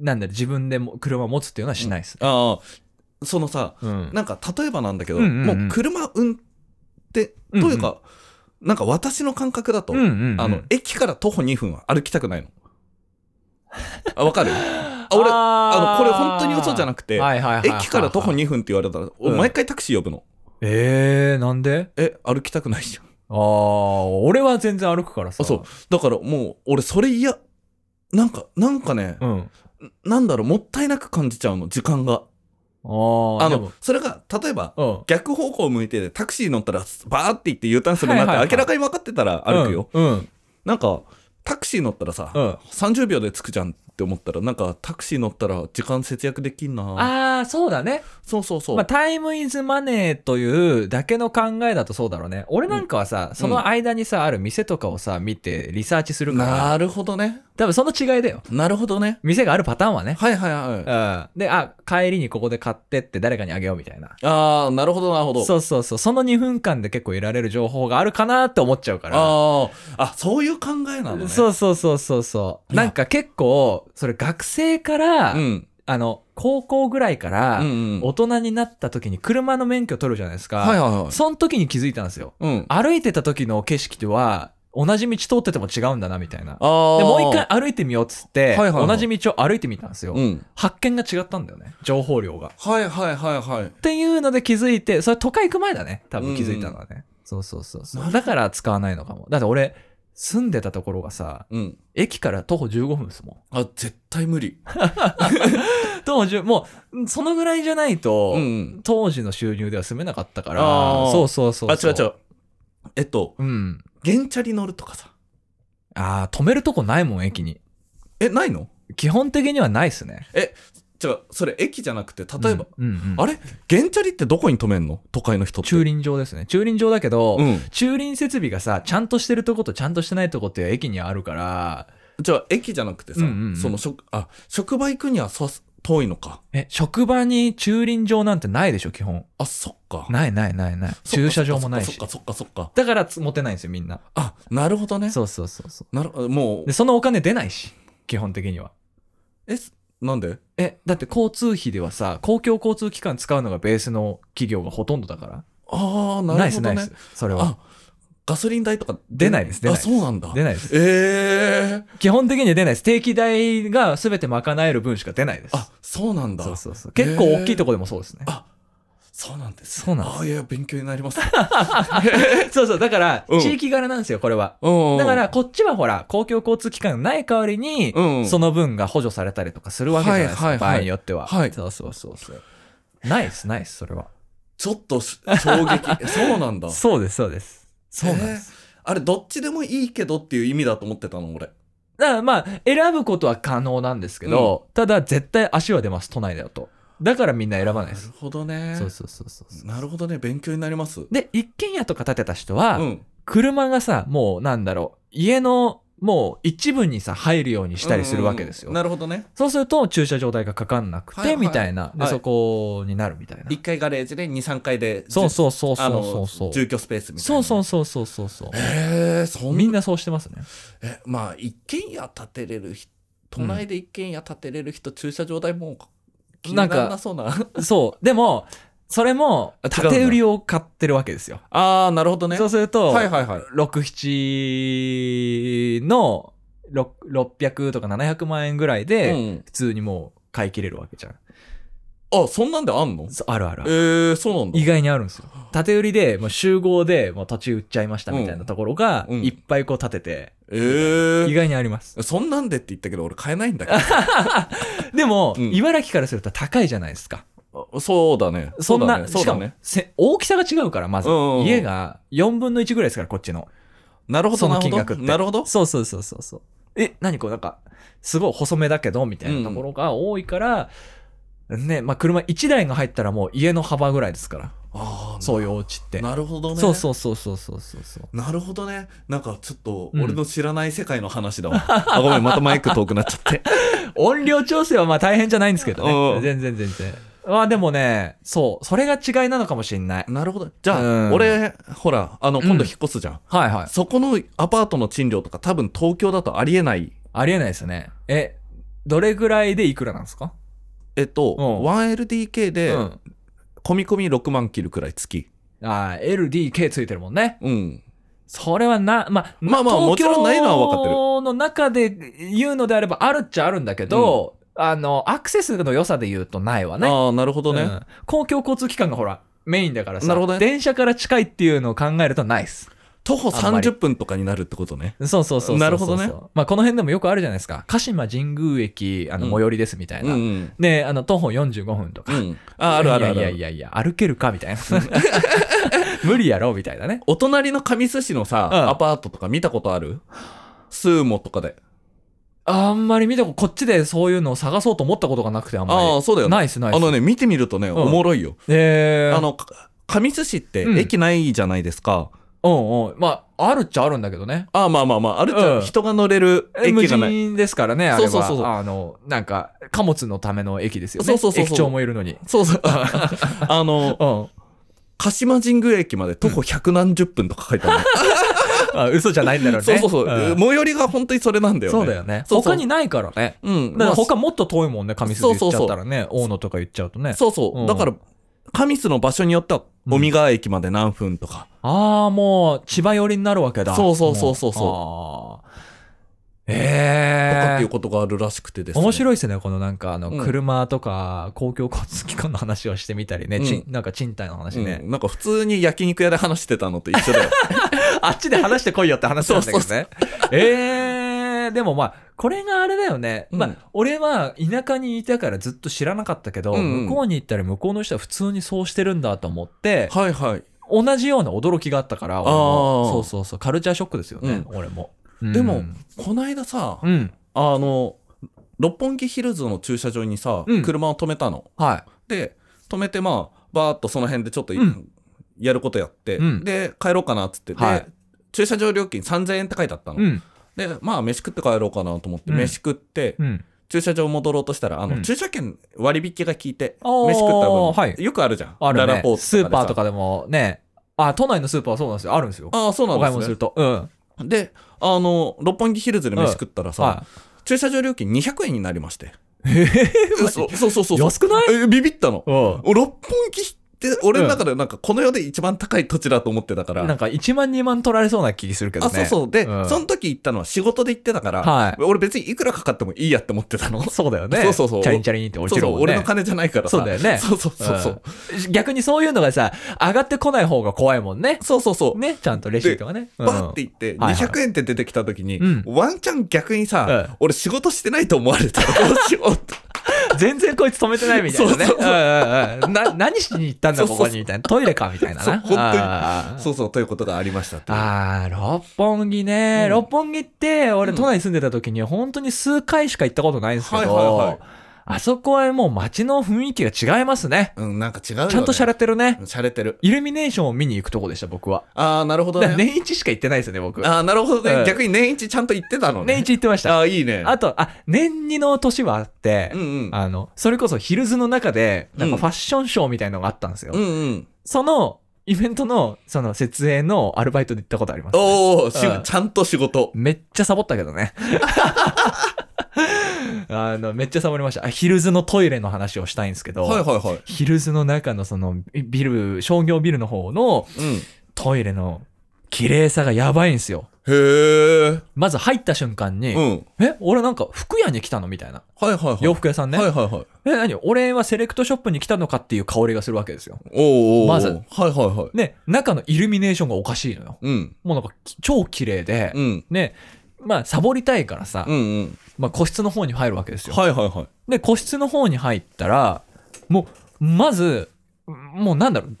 なんだろう、自分でも車を持つっていうのはしないです。
ああ、そのさ、
うん。
なんか例えばなんだけど、
うんうんうん
もう車運転、
うんうん
というか、なんか私の感覚だと、
うんうんうん
あの、駅から徒歩2分は歩きたくないの。あ、わかるあ俺、あの、これ本当に嘘じゃな
く
くて、
はいはいはいはいはい
駅から徒歩2分って言われたら、
うん
毎回タクシー呼ぶの。
えー、なんで
え、歩きたくないじゃん。
ああ、俺は全然歩くからさ。
あ、そう。だからもう、俺それ嫌。なんか、なんかね、
うん。あ
なんだろう、もったいなく感じちゃうの、時間が。
あ、
あ
で
の
も、
それが、例えば、
うん。
逆方向向いててタクシー乗ったら、バーって行って U ターンするな
はいはい
っ
はい
て、明らかに分かってたら歩くよ。
うん。うん。
なんか、タクシー乗ったらさ、
うん
30秒で着くじゃんって思ったら、なんか、タクシー乗ったら時間節約できんな。
ああ、そうだね。
そうそうそう。
まあ、タイムイズマネーというだけの考えだとそうだろうね。俺なんかはさ、その間にさ、ある店とかをさ、見てリサーチするから、
なるほどね。
多分その違いだよ。
なるほどね。
店があるパターンはね。
はいはいは
うん。
い。
で、あ、帰りにここで買ってって誰かにあげようみたいな。
ああ、なるほどなるほど。
そうそうそう。その2分間で結構得られる情報があるかなって思っちゃうから。
ああ、あ、そういう考えなのね。
そうそうそうそうそう。
まあ
なんか結構、それ学生から、
うん。
あの、高校ぐらいから、
うんうん。
大人になった時に車の免許取るじゃないですか。
はいはいはい。
その時に気づいたんですよ。
うん。
歩いてた時の景色とは、同じ道通ってても違うんだな、みたいな。
ああ。
で、もう一回。歩いてみようっつって、
はいはいはい
同じ道を歩いてみたんですよ。
うん。
発見が違ったんだよね。情報量が。っ
はいはいはいはい。
ていうので気づいて、それ都会行く前だね。多分気づいたのはね。そうそうそうそう。だから使わないのかも。だって俺、住んでたところがさ、
うん。
駅から徒歩15分ですもん。
あ、絶対無理。
徒歩10、もう、そのぐらいじゃないと、
うんうん。
当時の収入では住めなかったから、
あー
そうそうそう
あ、
そ
違う違
う。
う。えっと、
うん。
原チャリ乗るとかさ。
ああ、止めるとこないもん、駅に。
え、ないの
基本的にはないっすね。
違う、それ駅じゃなくて、例えば、
うん、うんうん
あれ原チャリってどこに止めんの都会の人って。
駐輪場ですね。駐輪場だけど、
うん。
駐輪設備がさ、ちゃんとしてるとことちゃんとしてないとこって駅にあるから、
じゃあ、駅じゃなくてさ、
うんうんうん
その職、あ、職場行くにはそ遠いのか。
え、職場に駐輪場なんてないでしょ、基本。
あ、そっか。
ないないないない。
そっか
駐車場もないし
そっ。かそっかそっか。
だからつ持てないんですよ、みんな。
あ、なるほどね。
そうそうそうそ
なるも
う。
う
で、、そのお金出ないし、基本的には。
え、すなんで
え、だって交通費ではさ、公共交通機関使うのがベースの企業がほとんどだから。
ああ、な
ないで
る
す、
ほど
ないで
ね
す。。それは。
あ、ガソリン代とか
出ないです出ない
あ、
です
そうなんだ。
出ないです。
ええー。
基本的には出ないです。定期代が全て賄える分しか出ないです。
あ、そうなんだ。
そうそうそう。結構大きいとこでもそうですね。
そうなんです。
そうなんです
ああ、いや、勉強になり
*laughs*
ます。
そうそう。だから
う、ん
地域柄なんですよ、これは。
うん。
だから、こっちはほら、公共交通機関ない代わりに、
うん
その分が補助されたりとかするわけじゃないです
は
か、
いはい
場
はい
合によっては。
はい
そうそうそうそう。ないです、ないです、それは。
ちょっとし衝撃。 *laughs* そうなんだ。
そうです、そうです。そうなんです。
あれ、どっちでもいいけどっていう意味だと思ってたの、
だ
俺。
からまあ、選ぶことは可能なんですけど、ただ、絶対足は出ます、都内だと。だからみんな選ばない
な
で
る
す。
ほどね。
そうそうそうそう。
なるほどね。勉強になります。
で、一軒家とか建てた人は、
ん。
車がさ、もうなんだろう、家のもう一部にさ、入るようにしたりするわけですよ。
うんうんうんなるほどね。
そうすると駐車場代がかかんなく
はい
て、
はい
みたいな。で、
はい
そこになるみたいな。
一回ガレージで2、3回で。
そう
う。
そうそう
あ
そうそう
の
そう。
住居スペースみたいな
そ
ね。
うそうそうそうそうそう。
えー、そん
みんなそうしてますね。
えまあ一軒家建てれる人都内で一軒家建てれる人、駐車場代もう気にならなそうな
そう。でも、それも、
あ違うんだ
縦売りを買ってるわけですよ。
*laughs* ああなるほどね
そうすると、
はいはいはい
6、7のろ600とか700万円ぐらいで、
うん
普通にもう買い切れるわけじゃん。
あそんなんであんの
そうあるあるある
え。ー、そうなんだ
意外にあるんですよ。縦売りで、もう集合で、もう土地売っちゃいましたみたいなところが、
うん
いっぱいこう建てて、
え
意
ー、
外にあります。
そんなんでって言ったけど俺買えないんだけ
*laughs* でも、
うん
茨城からすると高いじゃないですか。 *laughs*
どそうだね
そんな、
そうだねそう
しか
だ
も、
ね
せ大きさが違うから、まず、
うんうんうん
家が4分の1ぐらいですから、こっちの。
なるほ
そ
ど
の
な
金
るほ
額っ
ど
て
なるほど
そうそうそうそうそう。え、何こうなんか、すごい細めだけど、みたいなところが多いから、ね、まあ車1台が入ったらもう家の幅ぐらいですから、
ああ
そういうお家って。
なるほどね
そうそうそうそうそうそうそう。
なるほどねなんかちょっと
うん
俺の知らない世界の話だわ、あごめんまたマイク遠くなっちゃって
*laughs* 音量調整はまあ大変じゃないんですけどね。
うん
全然全然。まあでもね、そう、それが違いなのかもしれない。
なるほどじゃあ、
うん
俺ほらあの今度引っ越すじゃん
はいはい。
そこのアパートの賃料とか多分東京だとありえない。
ありえないですね。え、どれぐらいでいくらなんですか
えっと、
うん
1LDK
う
で、
ん。
込み込み6万切るくらい月。
あー LDK ついてるもんね。
うん。
それはな、まあ、
まあまあもちろんないのは分かってる
東京の中で言うのであればあるっちゃあるんだけど、あの、アクセスの良さで言うとないわね。
ああ、なるほどね。
うん公共交通機関がほら、メインだからさ、
なるほどね
電車から近いっていうのを考えるとナイス。
徒歩
あんまり
30分とかになるってことね。
そうそうそうそうそう。
なるほどね。
まあこの辺でもよくあるじゃないですか。鹿島神宮駅、あの、
うん
最寄りですみたい
うん
な。
うん。
で、あの、徒歩45分とか。
うん。あ、あるあるあるある。
いやいやいやいや、歩けるかみたいな。 *laughs* 無理やろみたいなね。
お隣の神栖市のさ、
うん
アパートとか見たことあるスーモとかで。
あんまり見たこと、こっちでそういうのを探そうと思ったことがなくて、あんまり。
ああ、そうだよね。
ナイスナイス。
あのね、見てみるとね、
ん
おもろいよ。
えー、
あの、か神栖市って
うん
駅ないじゃないですか。
うんうん。まあ、あるっちゃあるんだけどね。
ああ、まあまあまあ、あるじ
うん
ゃん。人が乗れる
え無
駅がない。
人ですからね、あれは。
そうそうそうそう
あの、なんか、貨物のための駅ですよね。
そうそうそうそう
駅長もいるのに。
そ
*laughs*
うそう。あの、
うん。
鹿島神宮駅まで徒歩百何十分とか書いてあるね。
あ嘘じゃないんだ *laughs* ろうね。
*laughs* そうそうそう。
ん
最寄りが本当にそれなんだよね。
そうだよね。
そうそう
他にないからね。
うん。
だから
ま
他もっと遠いもんね、上
そ
須
う
で言っ
そう
ち
そう
ゃったらね、大野とか言っちゃうとね
あ。そうそう。
うん
だから、神栖の場所によっては、
うん
尾身川駅まで何分とか。
ああ、もう、千葉寄りになるわけだ。
そうそうそうそうそう
そうん。あー
とかっ
え
て
え
いうことがあるらしくてですね。
面白いですね、このなんか、あの、
うん
車とか、公共交通機関の話をしてみたりね、
うん
ちんなんか賃貸の話ね
う。ん、なんか普通に焼肉屋で話してたのと一緒 *laughs* だよ。
*laughs* あっちで話してこいよって話なんだけどね。 *laughs* ええでもまあ、これがあれだよね。
うん
まあ、俺は田舎にいたからずっと知らなかったけど、
うんうん
向こうに行ったら向こうの人は普通にそうしてるんだと思って、
はいはい。
同じような驚きがあったから、俺も
あー
そうそうそう、カルチャーショックですよね、俺も。うん
でも、こないださ、
うん。
あの、六本木ヒルズの駐車場にさ、
うん
車を止めたの。
は
で、止めてまあ、バーっとその辺でちょっとい、
うん
やることやって、
うん
で、帰ろうかなっつって、
は
で
い、
駐車場料金3000円って書いてあったの。
い。うん。
で、まあ、飯食って帰ろうかなと思って、
うん
飯食って、
うん。
駐車場戻ろうとしたら、あの、
うん
駐車券割引が効いて、
あー
飯食った分、
はい
よくあるじゃん。
ある
ララ
ね
ポー。
スーパーと
か
かでもね、あ、都内のスーパーはそうなんですよ。あるんですよ
で。さ。ああ、そうな
お
ん
買い
で
物す
すね
る。と。うん。
で、あの、六本木ヒルズで飯食ったらさ、
は
駐車場料金200円になりまして。
い。え
そうそうそうそう。
安くない
えビビったの。
うん。
六本木って、俺の中でなんかこの世で一番高い土地だと思ってたから。
なんか1万2万取られそうな気するけど
あ、
ね。
そうそう。で、
うん
その時行ったのは仕事で行ってたから、
はい
俺別にいくらかかってもいいやって思ってたの。そ
そうだよね。
そうそうそう
チャリンチャリンって
う
落
*laughs* そ
ち
う
るもんね。
俺の金じゃないからさ。
そうだよね
そうそうそうそう。
うん逆にそういうのがさ、上がってこない方が怖いもんね。
そうそうそう。
ね、ちゃんとレシートがね。うん
バッて行って、
はいはい
200円って出てきた時に、
うん
ワンチャン逆にさ、
うん
俺仕事してないと思われた
*laughs*
らどうしようと。
全然こいつ止めてないみたいなね。
そうそうそ
うんうんうんな何しに行ったんだ、
そう
こ
そうそう
こにみたいな。トイレかみたいなな。
そう本当に
あー
そうそう、ということがありましたっていう。
あー、六本木ね。
うん
六本木って、俺
うん
都内に住んでた時に本当に数回しか行ったことないんですけ
はいはいはい
ど、あそこはもう街の雰囲気が違いますね。
うん、なんか違うよ、ね。
ちゃんと洒落てるね。
しゃれてる。
イルミネーションを見に行くとこでした、僕は。
ああ、なるほど
だから
ね。
年一しか行ってないですよね、僕。
ああ、なるほどね。
うん
逆に年一ちゃんと行ってたのね。
年一行ってました。
ああ、いいね。
あと、あ、年二の年はあって、
うんうん。
あの、それこそヒルズの中で、なんか
うん
ファッションショーみたいなのがあったんですよ。
うんうん。
そのイベントの、その設営のアルバイトで行ったことあります、ね。
おお、し
うん
ちゃんと仕事。
めっちゃサボったけどね。 *laughs* あの、めっちゃサボりました。あヒルズのトイレの話をしたいんですけど、
はいはいはい。
ヒルズの中のそのビル、商業ビルの方の
うん。
トイレの綺麗さがやばいんですよ。
へえ。
まず入った瞬間に、
うん。
え、俺なんか服屋に来たのみたいな。
はいはいはい。
洋服屋さんね。
はいはいはい。
え、何俺はセレクトショップに来たのかっていう香りがするわけですよ。
おーおーおー
まず
はいはいはい。
ね、中のイルミネーションがおかしいのよ。
うん。
もうなんかき超綺麗で、
うん。
ね、まあサボりたいからさ、
うんうん。
まあ個室の方に入るわけですよ。
はいはいはい。
で、個室の方に入ったら、もう、まず、もうなんだろう、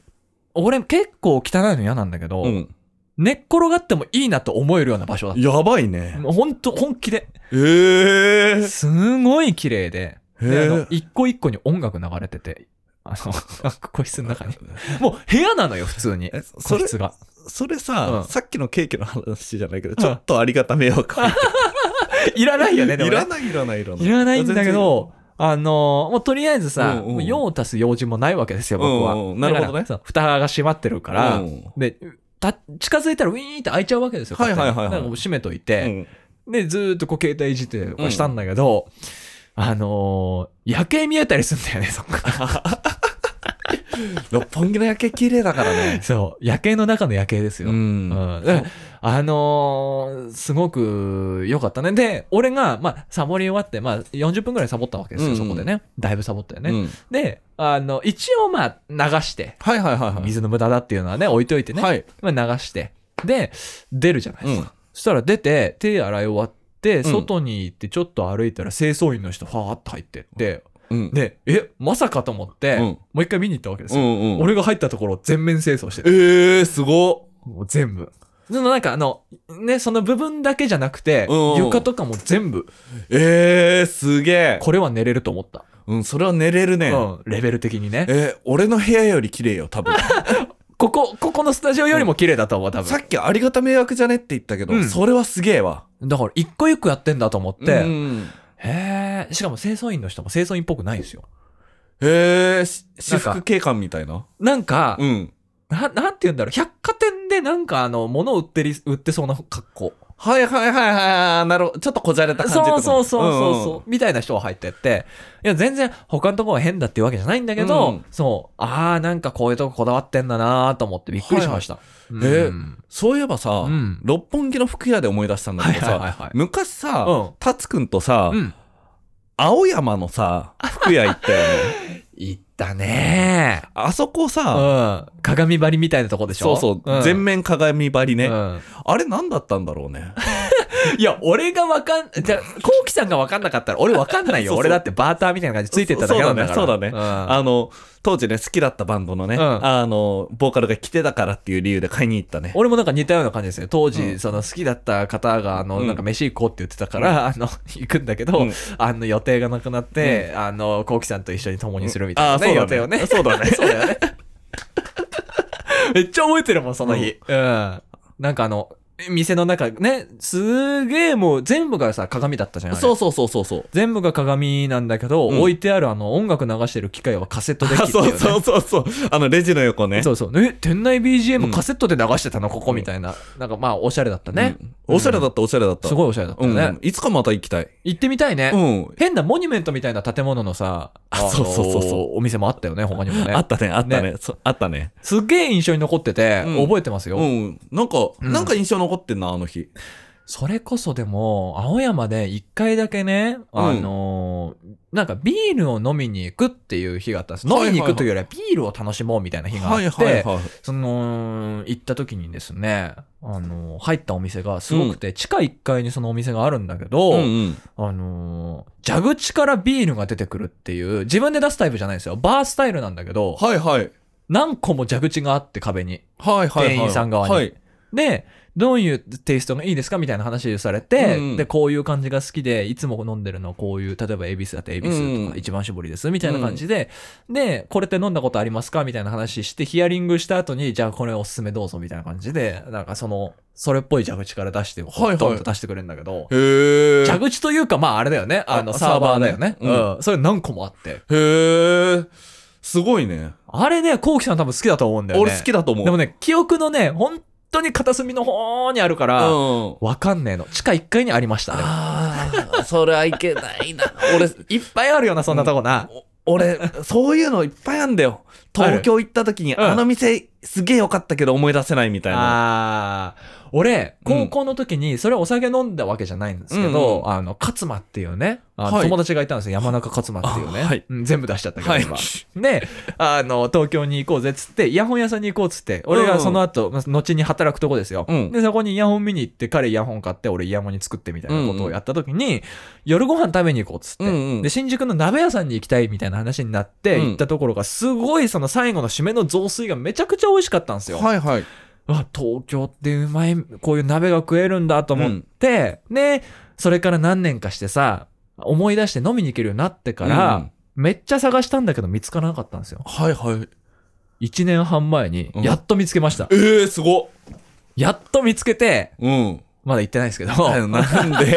俺結構汚いの嫌なんだけど、
うん。
寝っ転がってもいいなと思えるような場所だっ
やばいね
た。。もうほんと、本気で。
へえ。
すごい綺麗で、であ
へ
の
え。
一個一個に音楽流れてて、あの、なんか個室の中に。もう部屋なのよ、普通に。
え
個
それ
室が。
それ
うん
さ、さっきのケーキの話じゃないけど、ちょっとありがた迷惑。 *laughs*
いらないよね、でも
い
ね
らないいらないいらない。
いらないんだけ
全然いらない、
ど、あのーもうとりあえずさ、
うんうん
もう用を足す用事もないわけですよ、僕は。
うんうんなるほどね
だからそう蓋が閉まってるから、
うん
で、た近づいたらウィーンって開いちゃうわけですよ。
はいはいはいはい
勝手にだからもう閉めというて、
ん
で、ずーっとこう携帯いじってとかしたんだけど、あのー夜景見えたりすんだよね、そっから。
六本木の夜景綺麗だから *laughs* ね。
*laughs* そう、夜景の中の夜景ですよ。
ん
うんだからあのーすごく良かったね。で、俺が、まあ、サボり終わって、まあ、40分ぐらいサボったわけですよ、
うん
そこでね。だいぶサボったよね。
うん
で、あの、一応、まあ、流して、
はいはいはいはい。
水の無駄だっていうのはね、置いといてね。
はい。
まあ、流して。で、出るじゃないですか。
うん
そしたら出て、手洗い終わって、
ん
外に行って、ちょっと歩いたら、清掃員の人、ファーって入ってって、
うん。
で、え、まさかと思って、
うん
もう一回見に行ったわけです
う
よ。
んうん。
俺が入ったところ、全面清掃してて
えー、すご
もう全部。そのなんかあの、ね、その部分だけじゃなくて、
うんうん
床とかも全部、
っえー、すげえ。
これは寝れると思った。
うん、それは寝れるね。
うん、レベル的にね。
えー、俺の部屋より綺麗よ、
*laughs*
多分。
ここ、ここのスタジオよりも綺麗だと思う、多
さ
分。
っきありがた迷惑じゃねって言ったけど、
うん
それはすげえわ。
だから、一個一個やってんだと思って、
うん
へえ、しかも清掃員の人も清掃員っぽくないんですよ。
へえ、し私
なんか
服警官みたいな。
なんか、
うん。
な、なんて言うんだろう、百貨店でなんかあの、物を売ってり、売ってそうな格好。
はいはいはいはい。なるほど。ちょっとこじゃれた感じって
そ
こ
う
と
そうそうそうそう、
んん
みたいな人が入ってっていや全然他のところは変だっていうわけじゃないんだけど、
うん
そうああなんかこういうとここだわってんだなーと思ってびっくりしました、
はいはい
うん
そういえばさ、
うん
六本木の服屋で思い出したんだけどさ、
はいはいはいはい
昔さ、
うん
タツくんとさ、
うん
青山
*laughs*
のさ、服屋行ったよね。
行ったね
あそこ
ー
さ、
うん鏡張りみたいなとこでし
そ
ょ
うそう、
ん
全面鏡張りね、
うん
あれ何だったんだろうね。
いや俺がわかんじゃあこうきさんがわかんなかったら俺わかんないよ
そうそう
俺だってバーターみたいな感じついてっただけなんだから
そうだねそうだね
ん
あの、当時ね、好きだったバンドのね、
うん
あの、ボーカルが来てたからっていう理由で買いに行ったね。
俺もなんか似たような感じですね。当時、
うん
その好きだった方が、あの、
うん
なんか飯行こうって言ってたから、あの、 *laughs* 行くんだけど、
うん
あの、予定がなくなって、あの、コウキさんと一緒に共にするみたいな、ね
うんあ
予
ーそ
定
う
を
だね
ね。そうだね。そうだよね。めっちゃ覚えてるもん、その日。うん。なんかあの、店の中、ね、すげえもう全部がさ、鏡だったじゃん。あれ
そうそうそうそうそう。
全部が鏡なんだけど、
うん
置いてあるあの、音楽流してる機械はカセットデッキ
あ
ってい
そう
ね
うそうそうそう。あの、レジの横ね。
そうそう。え、店内
う
BGM
ん
カセットで流してたの、ここみたいな。なんかまあ、おしゃれだったね。
うんおしゃれだった、おしゃれだった。
すごいおしゃれだった
うん、
ね。
いつかまた行きたい。
行ってみたいね
う。ん。
変なモニュメントみたいな建物のさ、
あ
*laughs*。
そうそうそうそう
お店もあったよね、他にも
あ
ね
っ。たね、あったね。そあったね。
すっげえ印象に残ってて、
うん
覚えてます
う
よ。
ん。なんか、
うん
なんか印象残ってんな、あの日。
それこそでも、青山で一回だけね、あのー、なんかビールを飲みに行くっていう日があったんです。
はいはい
飲
はい
みに行くというよりはビールを楽しもうみたいな日があ
はい
っ
はい
て、
はい。
その、行った時にですね、あの、入ったお店がすごくて、地下1階にそのお店があるんだけど、
うん
あのー、蛇口からビールが出てくるっていう、自分で出すタイプじゃないんですよ。バースタイルなんだけど、
はいはい。
何個も蛇口があって壁に。
はいはいはい。
店員さん側に
はい。
で、どういうテイストがいいですかみたいな話をされて、
うん
で、こういう感じが好きで、いつも飲んでるのはこういう、例えばエビスだってエビスと
う
か
ん
一番搾りです、みたいな感じで、で、これって飲んだことありますかみたいな話して、ヒアリングした後に、じゃあこれおすすめどうぞみたいな感じで、なんかその、それっぽい蛇口から出して、
いはい
ドンと出してくれるんだけど、
へえ。
蛇口というか、まああれだよね。あの、
あ
サーバーだよね。
サーバーね
うん。それ何個もあって。
へえ。すごいね。
あれね、コウキさん多分好きだと思うんだよね。
俺好きだと思う。
でもね、記憶のね、本当に片隅の方にあるから、
うん。
わかんねえの。地下1階にありました、ね。
ああ、それはいけないな。俺、
いっぱいあるよな、そんなとこな。
俺、そういうのいっぱいあんだよ。東京行った時に、
うん
あの店すげえ良かったけど思い出せないみたいな。
ああ。俺、
う
高
ん
校の時に、それお酒飲んだわけじゃないんですけど、
うんうん
あの、勝間っていうね、あの
はい
友達がいたんですよ。山中勝間っていうね。
あはい
うん全部出しちゃったけど、
はい
今で、あの、東京に行こうぜっつって、イヤホン屋さんに行こうっつって、俺がその後、まあ後に働くとこですよ、
うん
で、そこにイヤホン見に行って、彼イヤホン買って、俺イヤモニ作ってみたいなことをやった時に、夜ご飯食べに行こうっつって、
うんうん
で、新宿の鍋屋さんに行きたいみたいな話になって、
うん
行ったところが、すごいその最後の締めの雑炊がめちゃくちゃ美味しかったんですよ。
はいはい。
うわ東京ってうまいこういう鍋が食えるんだと思って、ねそれから何年かしてさ思い出して飲みに行けるようになってから、
うん
めっちゃ探したんだけど見つからなかったんですよ
はいはい。
1年半前に
うん
やっと見つけました、
ええすごっ
やっと見つけて
うん。
まだ行ってないですけど、 *laughs*
*laughs* なんで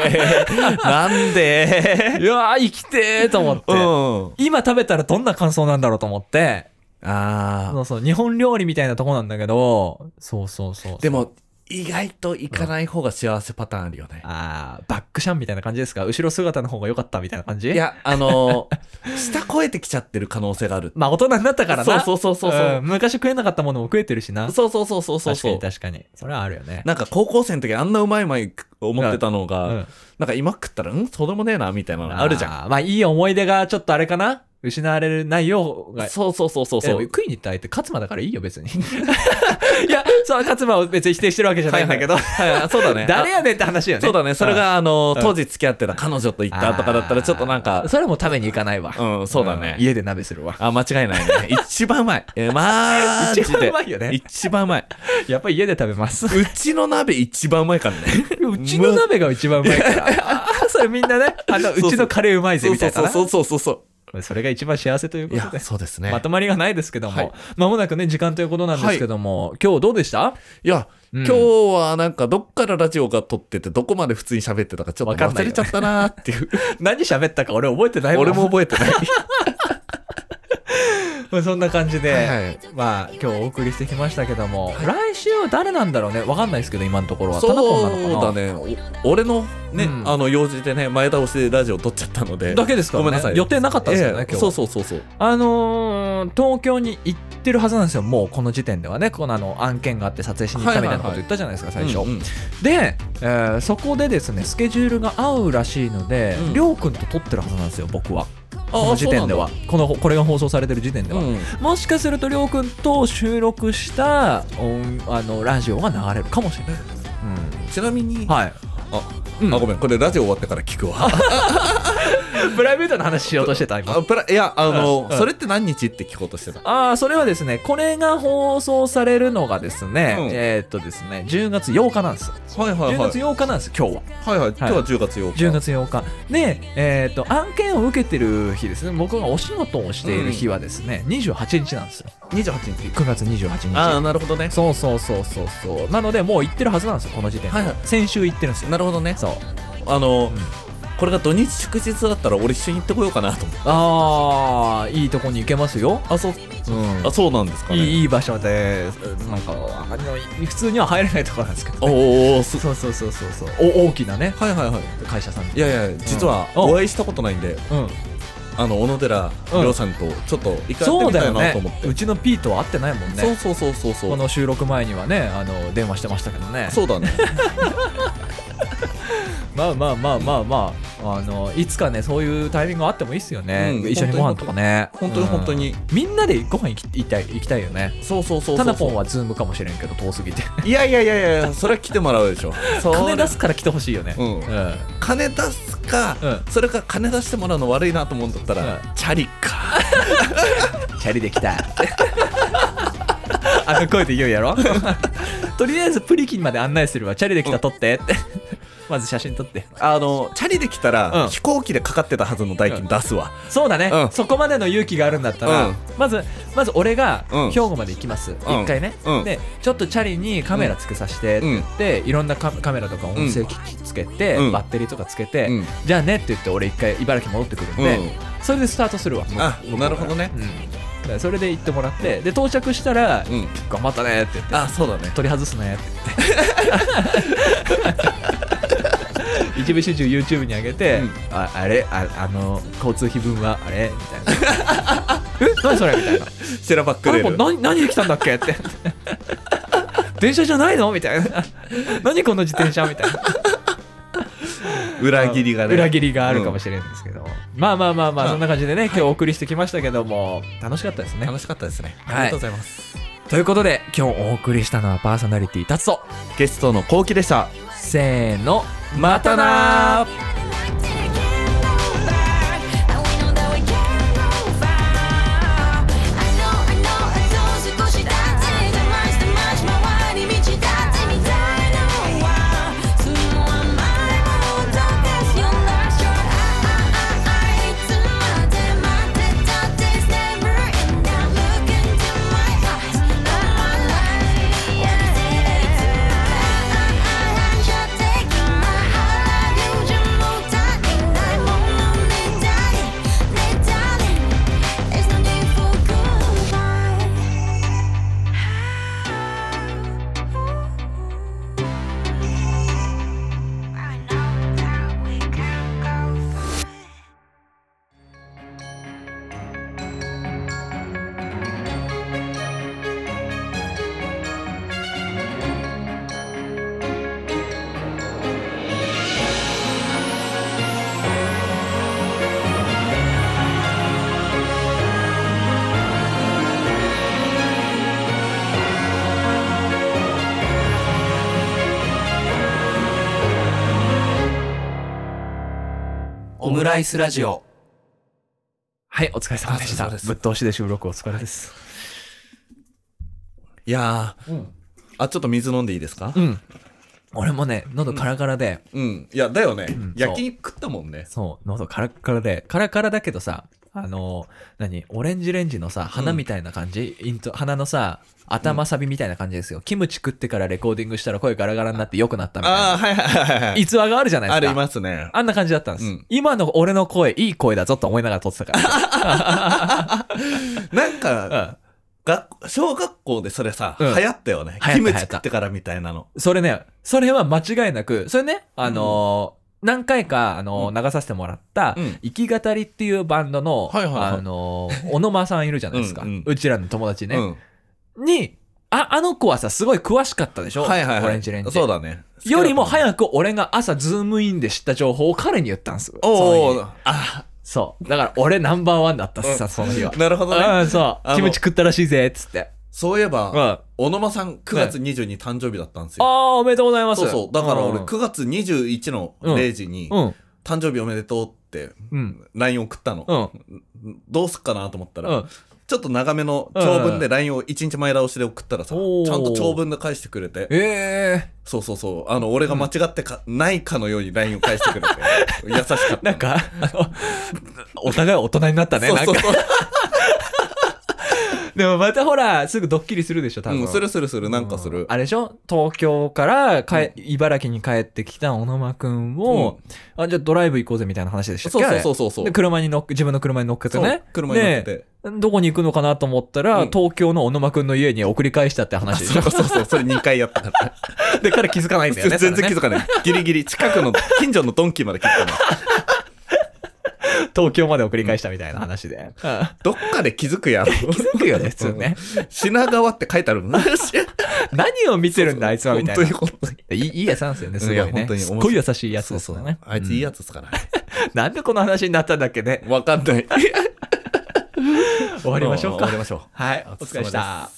なんで
い、やー生きてーと思って、
うん。
今食べたらどんな感想なんだろうと思って
ああ。
そうそう日本料理みたいなとこなんだけどそうそうそう
でも、意外と行かない方が幸せパターンあるよね。
ああ、バックシャンみたいな感じですか後ろ姿の方が良かったみたいな感じ
いや、あの
*laughs*
ー下超えてきちゃってる可能性がある。
まあ大人になったからな。
そうそうそうそうそう
う。ん昔食えなかったものも食えてるしな。
そうそうそうそうそうそう。
確かに確かに。それはあるよね。
なんか高校生の時あんなうまいうまい思ってたのが、
うん
なんか今食ったら、んそうでもねえな、みたいなのあるじゃん。
ん。まあいい思い出がちょっとあれかな失われないようが。
そうそうそうそう
いや
そう。
食いに行った相手、勝間だからいいよ、
*laughs*
別に。いや、そう、勝間を別に否定してるわけじゃないんだけど。 *laughs*
はいそうだね。
誰やねんって話よ
あ
ね。
そうだね。それ
ん、
が、あの、
うん
当時付き合ってた彼女と行ったとかだったら、ちょっとなん
あー
か、
それはもう食べに行かないわ。
うん、そうだね
ん。家で鍋するわ。
あ、間違いないね。一番うまい。えー、マジ
一番
で
う。まいよね。
一番うまい。
やっぱり家で食べます。
*laughs* うちの鍋一番うまいから
*laughs*
ね。
うちの鍋が一番うまいから。あ *laughs* ーそれみんなね、あの、う
そうそう
ちのカレーうまいぜ、
そう
みた
そ
い
う
なな。
そうそうそうそ
それが一番幸せという
う。い
こと
や、
で。
そうですね。
まとまりがないですけど
はい
も、まもなくね、時間ということなんですけども、今日どうで
*laughs*
した
いや、
うん
今日はなんかどっからラジオが撮っててどこまで普通に喋ってたかちょっ
わ
と
かんな
忘
いよ
れちゃったなーっていう。
何喋ったか俺覚えてないもん
*laughs* 俺も覚えてない。
まあそんな感じで、
はいはい
まあ今日お送りしてきましたけども、来週は誰なんだろうねわかんないですけど今のところはタナポンな
そ
の
う
か
だ
な
ね。お俺のね、
うん
あの用事でね、前倒しでラジオ撮っちゃったので。
だけですから、ね、
ごめんなさい
予定なかったですよね、
ええ
今日
そうそうそうそう。
あのー東京に行ってるはずなんですよもうこの時点ではねこのあの案件があって撮影しに行ったみたいなこと言ったじゃないですか、最
うん
初、
うん
で、えーそこでですねスケジュールが合うらしいので、
うん
りょうくんと撮ってるはずなんですよ僕は
あ
この時点ではこのこれが放送されてる時点で
そう
は、
なんだ
もしかするとりょうくんと収録した音あのラジオが流れるかもしれない、
うんちなみに、
うんはい
あ、ごめん、これラジオ終わってから聞くわ。
プライベートの話しようとしてた
あ
今
プラいや、あの、
うん
それって何日って聞こうとしてた。
ああそれはですねこれが放送されるのがですね、
うん
えーっとですね10月8日なんです
はいは
10月8日なんです今日は
はいはい。今日は10月8日。
10月8日で、えーっと案件を受けてる日ですね僕がお仕事をしている日はですね、28日なんですよ
28日。
9月28日
ああ、なるほどね。
そうそうそうそうそうなのでもう行ってるはずなんですよこの時点で、
はいはい
先週行ってるんですよ
なるほどね。
そう
あの、
ん
これが土日祝日だったら俺一緒に行ってこようかなと思って。
ああいいとこに行けますよ、
あ、そう、
うん
あ、そうなんですか
い
ね。
いいい場所でなんかあの普通には入れないところなんですけど
おーおーす
そうそうそうそうそうお大きなね
はいはいはい。
会社さん
い
で
やいや、実は
うん
お会いしたことないんで、
うん
あの、小野寺
うん
亮さんとちょっと行かれて
そう
み
だ
たい
よ
な
ね
と思って。
うちの P とは会ってないもんね
そうそうそうそうそ
こ
う。
の収録前にはねあの電話してましたけどね
そうだね。
*laughs* まあまあまあまあまああのいつかねそういうタイミングあってもいいっすよね、
うん
一緒にご飯とかね
本当に本当に
うんみんなでご飯行き行きたい行きたいよね
そうそうそうそう。
タナポンはズームかもしれんけど遠すぎて
いやいやいやいや、それは来てもらうでしょ。それ
*laughs* 金出すから来てほしいよね
うん
うん
金出すか、
うん
それか金出してもらうの悪いなと思うんだったら、
う
チャリか。
チャリできた *laughs* あの声で言うやろ *laughs* とりあえずプリキンまで案内するわチャリで来た撮ってって *laughs* まず写真撮って
あの、チャリで来たら、
うん
飛行機でかかってたはずの代金出すわ。
そうだね、
うん
そこまでの勇気があるんだったら、
うん
まずまず俺が
うん
兵庫まで行きます、一
うん
回ね、
うん
でちょっとチャリにカメラつけさせてって言って、いろんなカカメラとか音声機器つけて、
うん
バッテリーとかつけて、
うん
じゃあねって言って俺一回茨城戻ってくるんで、
うん
それでスタートするわもう
あ
向こうから
なるほどね
うんだからそれで行ってもらってで到着したら、
うん
頑張ったねって言って
あ、そうだね。
取り外すねって言って *laughs* 一部始終 YouTube に上げて、
うん
ああれああの交通費分はあれみたい *laughs* なえ何それみたいな
シェラバック
あ
レ
れも
ー
う
ル。
何何で来たんだっけ *laughs* って電車じゃないのみたいな何この自転車みたいな
裏切りが
*laughs*
ね。
裏切りがあるかもしれないんですけど、まあまあまあまあ
まあ
そんな感じでね今日お送りしてきましたけども楽しかったですね
楽しかったですね。
はい
ありがとうございます。
ということで今日お送りしたのはパーソナリティ達と
ゲストのこうきでした。
せーのま
ま
た
た
な
な
ー
「ああああ You're taking my heart, you just moved
ムライスラジオ。
はい、お疲れ様でした。
あそう
ぶ
です
っ通しで収録お疲れです。
いやー、あ、ちょっと水飲んでいいですか
うん。俺もね、喉カラカラで、
うん。いや、だよね
ん。
焼肉食ったもんね。
そう、喉カラッカラで、カラカラだけどさ、あのー、何オレンジレンジのさ、花みたいな感じ、イント鼻のさ、頭サビみたいな感じですよ。キムチ食ってからレコーディングしたら声ガラガラになって良くなったみたい
あ
な
あ、はいはいはいはい。
逸話があるじゃないです
あ
か。
りますね。
あんな感じだったんです。
うん
今の俺の声、いい声だぞと思いながら撮ってたから。
なんか、が小学校でそれさ、流
うん
行ったよ
流行っ
ね
た。
キム
流
チ
行った
食ってからみたいなの。
それね、それは間違いなく、それね、あのー何回か、あのー流させてもらった、
うん
生き語りっていうバンドの、
はいはいはい
あのー小野間さんいるじゃないですか。う
うんうん
ちらの友達ね。
うん。
に、あ、あの子はさ、すごい詳しかったでしょ
はいはいはい。
オレンジレンジ。
そうだね。
よりも
く。
早く俺が朝ズームインで知った情報を彼に言ったんです。
お
その日
お、あ、
そう。だから俺ナンバーワンだったっすさ、その日は。
なるほどね。
うん、そ
あ
う。
の
キムチ食ったらしいぜ、っつって。
そういえ
うん。
ば、
あ
小野間さん9月22日誕生日だったんです
あ
よ。
ー、おめでとうございます。
そうそう。だから俺
うん
9月21の0時に、
うん。
誕生日おめでとうって
うん。
LINE 送ったの。
うん。
どうすっかなと思ったら、
うん
ちょっと長めの長文で LINE を1日前倒しで送ったらさ、
おー
ちゃんと長文で返してくれて、
え
そうそうそう、あの、俺が間違ってか、ないかのように LINE を返してくれて、優しかった。
ー。なんか、あのお互い大人にな *laughs* ったね。
そうそう
なんか
そう。
でもまたほら、すぐドッキリするでしょ、多
う
分。
ん、するするする、なんかする。
あれでしょ東京からかえ、茨城に帰ってきた小野間くんを、あ、じゃあドライブ行こうぜみたいな話でしたっけ
そうそうそううそうそう
で、。車に乗っ、自分の車に乗っけてね
そう。車に乗ってて。
でどこに行くのかなと思ったら、
うん
東京の小野間くんの家に送り返したって話でし
そう
ょ
そうそう、それ2回やったから。
*laughs* で、彼気づかないんだよね。
全然気づ
か
かない。ギリギリ、近くの、近所のドンキまで聞い
*laughs*
たの。
*laughs* 東京まで送り返したみたいな話で。うん *laughs* 気づ
どっかで気づくやろ。
くよね、普通ね。
品川って書いて
*laughs*
あるの
何を見てるんだ、あいつはみたいな。
本当に本当に。
いいいいやつなんですよね、すごい
いや
ね
本。当に
す
面白
っ
い
ごい優しいやつ
そう
です
そ
よ
う
ね。。
あいついいやつですから。
なんでこの話になったんだっけね。 *laughs*
わかんない。終
終わりましょうか
終わ。りましょう。 *laughs*
はい、お
お
疲
疲
れ
れ
様でし
様
た
です。